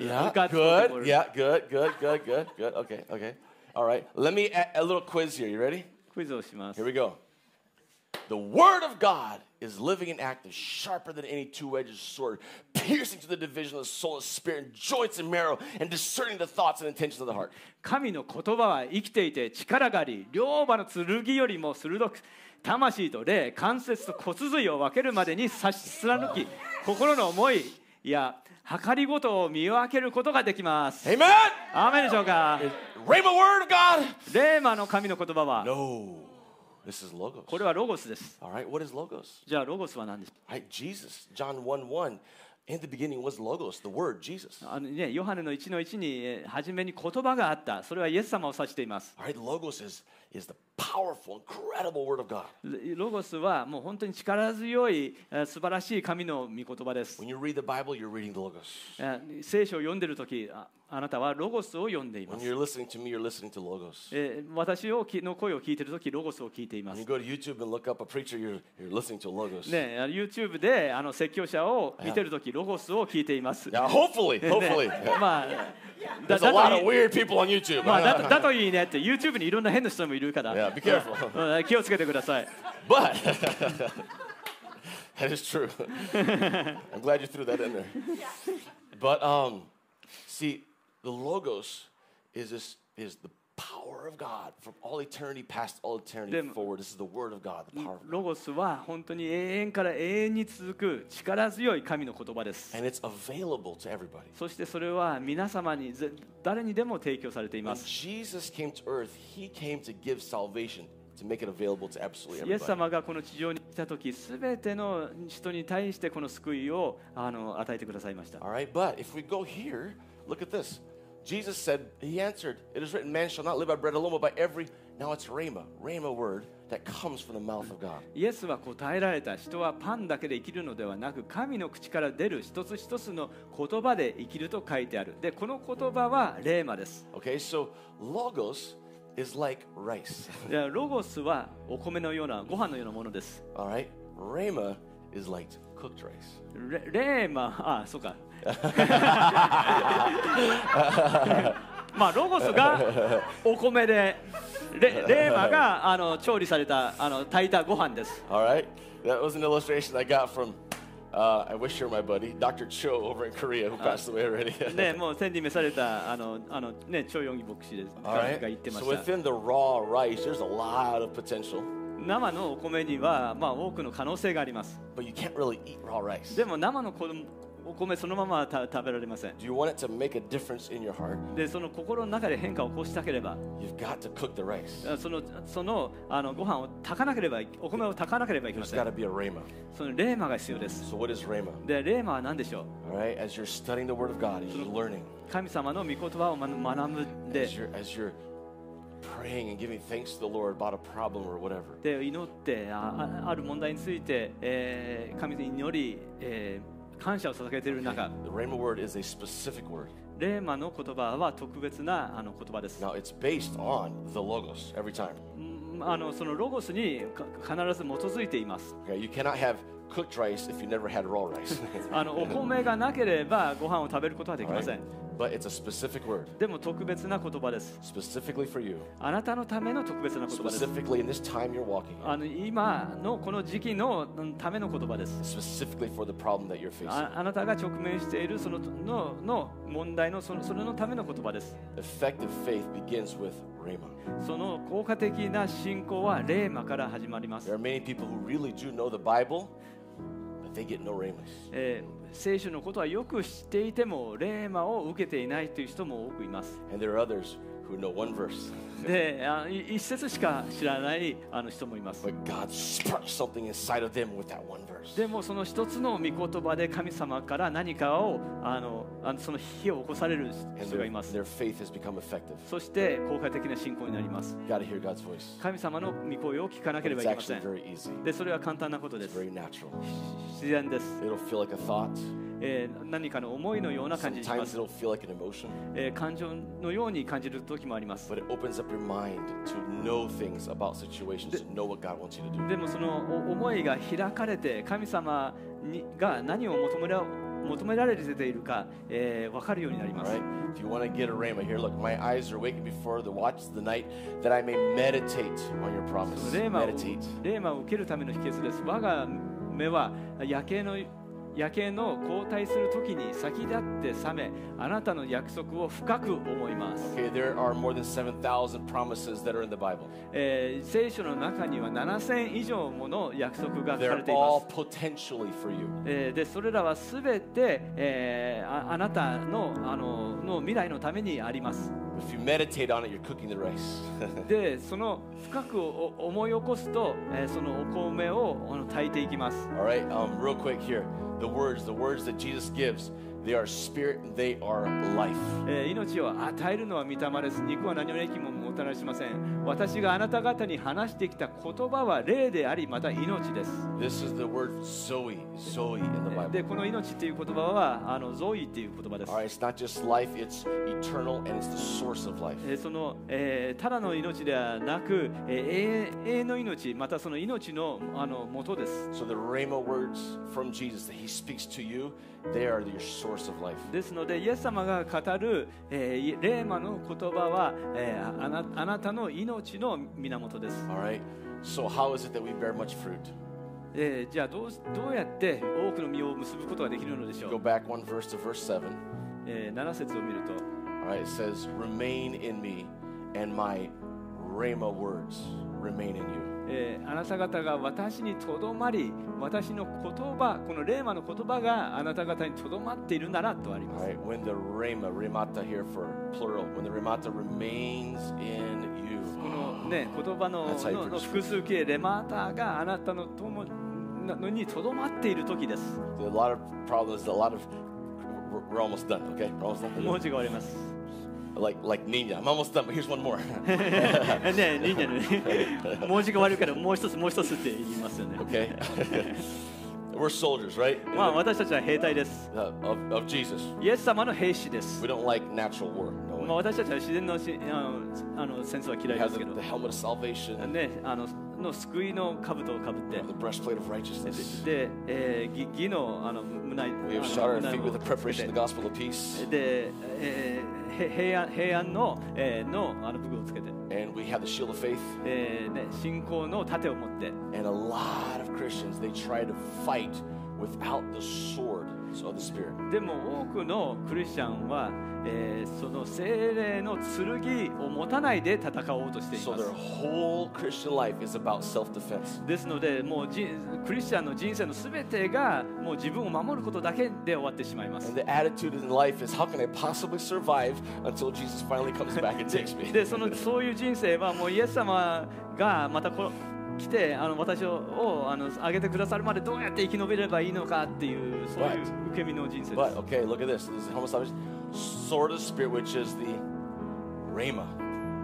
Speaker 1: yeah,
Speaker 2: God's spoken
Speaker 1: good,
Speaker 2: word.
Speaker 1: yeah, good, good, good, good, good. Okay, okay. All right, let me add a little quiz here. You ready?
Speaker 2: クイズをします
Speaker 1: Here。we go. The word of God is living and active, sharper than any two-edged sword, piercing to the division of the soul and spirit, and joints and marrow, and discerning the thoughts and intentions of the heart.
Speaker 2: 神の言葉は生きていて力があり両刃の剣よりも鋭く魂と霊関節と骨髄を分けるまでに差し 貫き心の思いや計りごとを見分けることができます。
Speaker 1: Amen.
Speaker 2: アーメンでしょうか
Speaker 1: Rhema word of God.
Speaker 2: レーマの神の言葉は
Speaker 1: No, this is logos.
Speaker 2: これはロゴスです。
Speaker 1: All right, what is logos?
Speaker 2: じゃあロゴスは何でしょ
Speaker 1: All right, Jesus, John one one. In the beginning was logos, the word Jesus.
Speaker 2: うあの、ね、ヨハネの1の1にえー初めに言葉があったそれはイエス様を指しています。
Speaker 1: All right, logos is is the powerful, incredible word of God.
Speaker 2: ロゴスはもう本当に力強いえー素晴らしい神の御言葉です。
Speaker 1: When you read the Bible, you're reading the Logos.
Speaker 2: えー聖書を読んでる時ああなたはロゴスを読んでいま
Speaker 1: When
Speaker 2: す。
Speaker 1: you're listening to me, you're listening to Logos.
Speaker 2: えー私をきの声を聞いてる時ロゴスを聞いていま
Speaker 1: When
Speaker 2: す
Speaker 1: you。go to YouTube and look up a preacher, you're, you're listening to Logos.
Speaker 2: ね、あの YouTube であの説教者を見てる時ロゴスを聞いています。
Speaker 1: Now, hopefully,
Speaker 2: ね
Speaker 1: hopefully.
Speaker 2: まあ、だ
Speaker 1: There's a
Speaker 2: だ
Speaker 1: lot
Speaker 2: と
Speaker 1: of
Speaker 2: いい
Speaker 1: weird people on YouTube.
Speaker 2: まあ、だとだといいねって、YouTube にいろんな変な人もいるから、
Speaker 1: Yeah, be careful.
Speaker 2: うん気をつけてください。
Speaker 1: But that is true. I'm glad you threw that in there. But um, see, the logos is this is the power of God from all eternity past all eternity
Speaker 2: Then-
Speaker 1: forward. This is the word of God, the power of God.
Speaker 2: ロゴスは本当に永遠から永遠に続く力強い神の言葉です。
Speaker 1: And it's available to everybody.
Speaker 2: そしてそれは皆様にぜ誰にでも提供されていま
Speaker 1: When
Speaker 2: す。
Speaker 1: Jesus came to earth, he came to give salvation, to make it available to absolutely
Speaker 2: イエス
Speaker 1: everybody.
Speaker 2: 様がこの地上に来た時すべての人に対してこの救いをあの与えてくださいました。
Speaker 1: All right, but if we go here, look at this. Jesus said, He answered, It is written, man shall not live by bread alone, but by every. Now it's Rhema, Rhema word that comes from the mouth of God.
Speaker 2: イエスは答えられた人はパンだけで生きるのではなく神の口から出る一つ一つの言葉で生きると書いてあるでこの言葉はレーマです
Speaker 1: Okay, so logos is like rice.
Speaker 2: いやロゴスはお米のようなご飯のようなものです
Speaker 1: All right, Rhema is like cooked rice.
Speaker 2: レレーマあそう かまあロゴスがお米でレレーマがあの調理されたあの炊いたご飯です
Speaker 1: All right, that was an illustration I got from, uh, I wish you were my buddy, Dr. Cho over in Korea, who passed away already.
Speaker 2: ね、もう天に召されたあのあの、ね、チョ・ヨンギ牧師ですが
Speaker 1: All
Speaker 2: 言
Speaker 1: right,
Speaker 2: ってま
Speaker 1: so
Speaker 2: した。
Speaker 1: within the raw rice, there's a lot of potential,
Speaker 2: 生のお米には、まあ、多くの可能性があります
Speaker 1: but you can't really eat raw rice.
Speaker 2: でも生のこのお米そのままはた食べられません
Speaker 1: Do you want it to make a difference in your heart?
Speaker 2: でその心の中で変化を起こしたければ
Speaker 1: You've got to cook the rice.
Speaker 2: あそのそのあのご飯を炊かなければいお米を炊かなければいけま
Speaker 1: There's
Speaker 2: せ
Speaker 1: got
Speaker 2: ん
Speaker 1: to be a rhema.
Speaker 2: そのレーマが必要です
Speaker 1: So what is rhema?
Speaker 2: でレーマは何でしょう
Speaker 1: All right, as you're studying the Word of God, as you're learning,
Speaker 2: 神様の御言葉をま学んで
Speaker 1: as you're as you're praying and giving thanks to the Lord about a problem or whatever,
Speaker 2: で祈ってああある問題について、えー神に祈り、えー感謝を捧げている中
Speaker 1: the rhema word is a specific word.
Speaker 2: レーマの言葉は特別なあの言葉です
Speaker 1: Now it's based on the logos every time.
Speaker 2: うんあのそのロゴスにか必ず基づいています。
Speaker 1: Okay, you cannot have cooked rice if you never had raw rice.
Speaker 2: あのお米がなければご飯を食べることはでき
Speaker 1: All
Speaker 2: ません
Speaker 1: right?。But it's a specific word,
Speaker 2: でも特別な言葉です。
Speaker 1: specifically for you,
Speaker 2: あなたのための特別な言葉です。
Speaker 1: specifically in this time you're walking, in,
Speaker 2: あの今のこの時期のうんための言葉です。
Speaker 1: specifically for the problem that you're facing.
Speaker 2: ああなたが直面しているそののの問題のそのそれのための言葉です。
Speaker 1: Effective faith begins with rhema.
Speaker 2: その効果的な信仰はレーマから始まりま
Speaker 1: There
Speaker 2: す
Speaker 1: are。many people who really do know the Bible, but they get no ramus.
Speaker 2: えー聖書のことはよく知っていてもレーマを受けていないという人も多くいます。
Speaker 1: And there are others who know one verse,
Speaker 2: であい一節しか知らないあの人もいます
Speaker 1: but God sparks something inside of them with that one verse.
Speaker 2: でもその一つの御言葉で神様から何かをあのあのその火を起こされる
Speaker 1: And
Speaker 2: 人がい
Speaker 1: their,
Speaker 2: ます
Speaker 1: their faith has become effective.
Speaker 2: そして効果的な信仰になります
Speaker 1: You gotta hear God's voice.
Speaker 2: 神様の御声を聞かなければ
Speaker 1: It's
Speaker 2: いけませ
Speaker 1: actually
Speaker 2: ん
Speaker 1: very easy,
Speaker 2: でそれは簡単なことで
Speaker 1: it's
Speaker 2: す
Speaker 1: very natural.
Speaker 2: 自然です、
Speaker 1: It'll feel like a thought,
Speaker 2: えー何かの思いのような感じにしま
Speaker 1: sometimes
Speaker 2: す、
Speaker 1: it'll feel like an emotion,
Speaker 2: えー感情のように感じる時もあります
Speaker 1: but it opens up your mind to know things about situations, to know what God wants you to do.
Speaker 2: でもそのお思いが開かれて神様にが何を求めら求められているか、えー分かるようになりま
Speaker 1: All
Speaker 2: す
Speaker 1: right. If you want to get a rhema here, look, my eyes are waking before the watch of the night that I may meditate on your promise.
Speaker 2: レーマを
Speaker 1: Meditate.
Speaker 2: レーマを受けるための秘訣です。我が目は夜景の夜景の後退するときに先立って覚め、あなたの約束を深く思います。
Speaker 1: Okay, there are more than 7,000 promises that are in the Bible.
Speaker 2: えー聖書の中には7000以上もの約束が書かれ
Speaker 1: They're
Speaker 2: ていま
Speaker 1: all
Speaker 2: す。
Speaker 1: potentially for you.
Speaker 2: えーでそれらはすべて、えーああなたのあのの未来のためにあります。
Speaker 1: If you meditate on it, you're cooking the rice.
Speaker 2: でその深くおお思い起こすと、えーそのお米をあの炊いていきます。
Speaker 1: all right, um, real quick here. The words, the words that Jesus gives, they are spirit, they are life.
Speaker 2: えー命を与えるのは御霊です。肉は何の益ももたらしません私があなた方に話してきた言葉は霊でありまた命です
Speaker 1: This is the word Zoe, Zoe in the Bible.
Speaker 2: でこの命っていう言葉はあのゾイっていう言葉です
Speaker 1: All right, it's not just life, it's eternal and it's the source of life.
Speaker 2: えーその、えーただの命ではなく、えー永永遠の命またその命のあの元です
Speaker 1: So the Rhema words from Jesus that he speaks to you, they are your source of life.
Speaker 2: ですのでイエス様が語る、えーいレーマの言葉は、えーあなあなたの命の源です、
Speaker 1: All right? So how is it that we bear much fruit?
Speaker 2: えーじゃあどうしどうやって多くの実を結ぶことができるのでしょ
Speaker 1: Go
Speaker 2: う、
Speaker 1: back one verse to verse 7.
Speaker 2: えー7節を見ると
Speaker 1: All right, it says, Remain in me, and my Rhema words remain in you.
Speaker 2: えーあなた方が私にとどまり私の言葉このレーマの言葉があなた方にとどまっているならとあり
Speaker 1: All
Speaker 2: ます、
Speaker 1: right, when the Rhema, Remata here for plural, when the Remata remains in
Speaker 2: こ
Speaker 1: you.
Speaker 2: のね言葉の
Speaker 1: That's how you
Speaker 2: の
Speaker 1: prescribe.
Speaker 2: の複数形レマーターがあなたのともなのにとどまっている時です
Speaker 1: There are a lot of problems, a lot of. We're we're almost done, okay? We're almost done.
Speaker 2: 文字が終わります
Speaker 1: Like, like Nina. I'm almost done, but here's one more.
Speaker 2: ね忍者のね文字が悪いからもう一つもう一つって言います よね
Speaker 1: okay? We're soldiers, right?
Speaker 2: まあ私たちは兵隊です
Speaker 1: Uh, of, of Jesus.
Speaker 2: イエス様の兵士です
Speaker 1: We don't like natural war. No
Speaker 2: ま
Speaker 1: way.
Speaker 2: あ私たちは自然のしあのあの戦争は嫌
Speaker 1: We
Speaker 2: いで
Speaker 1: have
Speaker 2: す
Speaker 1: the,
Speaker 2: けど
Speaker 1: the helmet of salvation,
Speaker 2: ねあのの救いの兜をかぶって
Speaker 1: the breastplate of righteousness.
Speaker 2: で、えー、義義のあの胸
Speaker 1: We have
Speaker 2: あの
Speaker 1: shod our
Speaker 2: 胸
Speaker 1: feet with the
Speaker 2: をつけ
Speaker 1: preparation
Speaker 2: て
Speaker 1: of the gospel of peace.
Speaker 2: で、えーへ平安平安の,、えーのあの武具をつけて、
Speaker 1: And we have the shield of faith.
Speaker 2: えーね、信仰の盾を持って、
Speaker 1: And a lot of Christians, they try to fight without the sword of the Spirit.
Speaker 2: でも多くのクリスチャンは、えーその精霊の剣を持たないで戦おうとしてい
Speaker 1: So
Speaker 2: ま
Speaker 1: their
Speaker 2: す。
Speaker 1: whole Christian life is about self defense.
Speaker 2: ですので、もうじクリスチャンの人生のすべてがもう自分を守ることだけで終わってしまいます
Speaker 1: And。the attitude in life is how can I possibly survive until Jesus finally comes back and takes me?
Speaker 2: でそのそういう人生はもうイエス様がまたこ来てあの私ををあの上げてくださるまでどうやって生き延びればいいのかっていうそういう受け身の人生で
Speaker 1: But
Speaker 2: す。
Speaker 1: okay, look at this. This is Homo salvation. Sword of the Spirit, which is the Rhema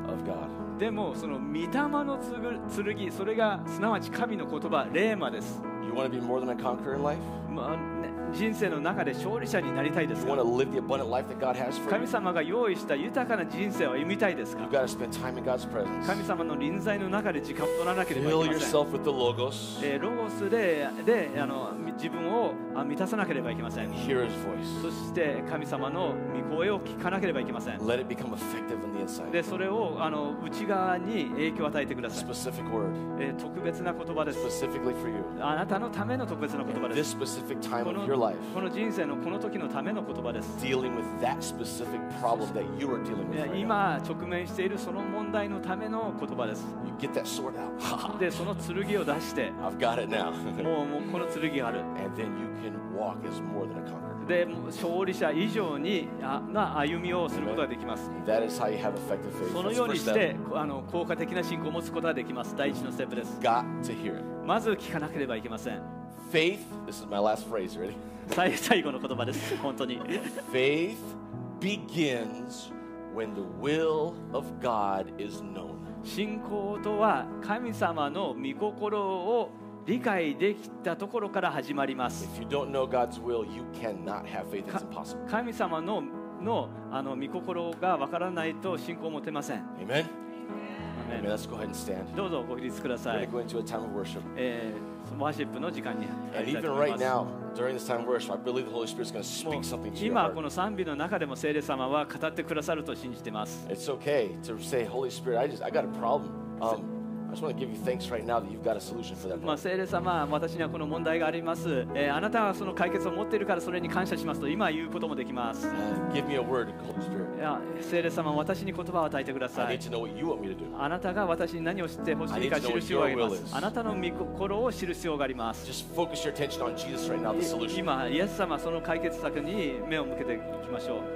Speaker 1: of God.
Speaker 2: でもその御霊のつぐ剣それがすなわち神の言葉レーマです、
Speaker 1: You want to be more than a conqueror in life?
Speaker 2: まあね人生の中で勝利者になりたいです
Speaker 1: You want
Speaker 2: か
Speaker 1: to live the abundant life that God has for you?
Speaker 2: 神様が用意した豊かな人生を歩みたいですか
Speaker 1: You've got to spend time in God's
Speaker 2: 神
Speaker 1: presence.
Speaker 2: 様の臨在の中で時間を取らなければい
Speaker 1: Fill
Speaker 2: けません、
Speaker 1: yourself with the Logos.
Speaker 2: えーロゴスでであの自分をあ満たさなければいけません
Speaker 1: Hear His voice.
Speaker 2: そして神様の御声を聞かなければいけません。
Speaker 1: Let it become effective on the inside.
Speaker 2: で、それをあの内側に影響を与えてください。
Speaker 1: Specific word,
Speaker 2: えー特別な言葉です。
Speaker 1: specifically for you.
Speaker 2: あなたのための特別な言葉
Speaker 1: At
Speaker 2: で
Speaker 1: this
Speaker 2: す。
Speaker 1: specific
Speaker 2: こ
Speaker 1: time
Speaker 2: の
Speaker 1: of your life,
Speaker 2: この人生のこの時のための言葉です。
Speaker 1: dealing with that specific problem that you are dealing
Speaker 2: い
Speaker 1: with.
Speaker 2: や
Speaker 1: right now.
Speaker 2: 今直面しているその問題のための言葉です。
Speaker 1: You get that sword out. Ha, ha.
Speaker 2: で、その剣を出して、
Speaker 1: I've got it now.
Speaker 2: もうもうこの剣がある。
Speaker 1: and then you can walk as more than a conqueror.
Speaker 2: で、もう勝利者以上にあな歩みをすることができます。
Speaker 1: That is how you have effective faith.
Speaker 2: その
Speaker 1: That's
Speaker 2: よ
Speaker 1: the
Speaker 2: うに
Speaker 1: first
Speaker 2: し
Speaker 1: step.
Speaker 2: てあの効果的な信仰を持つことができます。第一のステップです。
Speaker 1: Got to hear it.
Speaker 2: まず聞かなければいけません。
Speaker 1: Faith, this is my last phrase, ready?
Speaker 2: 最 最後の言葉です、本当に。
Speaker 1: Faith begins when the will of God is known.
Speaker 2: 信仰とは神様の御心を理解できたところから始まります。
Speaker 1: If you don't know God's will, you cannot have faith. It's
Speaker 2: Ka-
Speaker 1: impossible.
Speaker 2: 神様ののあの御心がわからないと信仰を持てません。ア
Speaker 1: Amen?
Speaker 2: メ
Speaker 1: Amen.
Speaker 2: ン
Speaker 1: Let's go ahead and stand.
Speaker 2: どうぞご起立くだ
Speaker 1: We're
Speaker 2: さ
Speaker 1: going
Speaker 2: い
Speaker 1: to。go into a time of worship.
Speaker 2: えー、ワーシップの時間に入
Speaker 1: And
Speaker 2: りたい
Speaker 1: even
Speaker 2: と思い
Speaker 1: right
Speaker 2: ます。
Speaker 1: now, during this time of worship, I believe the Holy Spirit is going to
Speaker 2: もう
Speaker 1: speak something to your
Speaker 2: 今こ
Speaker 1: heart.
Speaker 2: の賛美の中でも聖霊様は語ってくださると信じてます。
Speaker 1: It's okay to say, Holy Spirit, I just I got a problem. Um, I just want to give you thanks right now that you've got a solution for that
Speaker 2: まあ、
Speaker 1: problem.
Speaker 2: 聖霊様、私にはこの問題があります、えーあなたはその解決を持っているからそれに感謝しますと今言うこともできます。
Speaker 1: Uh, give me a word, Holy Spirit.
Speaker 2: いや聖霊様、私に言葉を与えてくだ
Speaker 1: I
Speaker 2: さ
Speaker 1: need
Speaker 2: い。
Speaker 1: to know what you want me to do.
Speaker 2: あなたが私に何を知ってほしいか
Speaker 1: I need to know
Speaker 2: 知る必要がありま
Speaker 1: what your will
Speaker 2: す。
Speaker 1: is.
Speaker 2: あなたの御心を知る必要があります。
Speaker 1: Just focus your attention on Jesus right now, the solution.
Speaker 2: 今、イエス様、その解決策に目を向けていきましょう。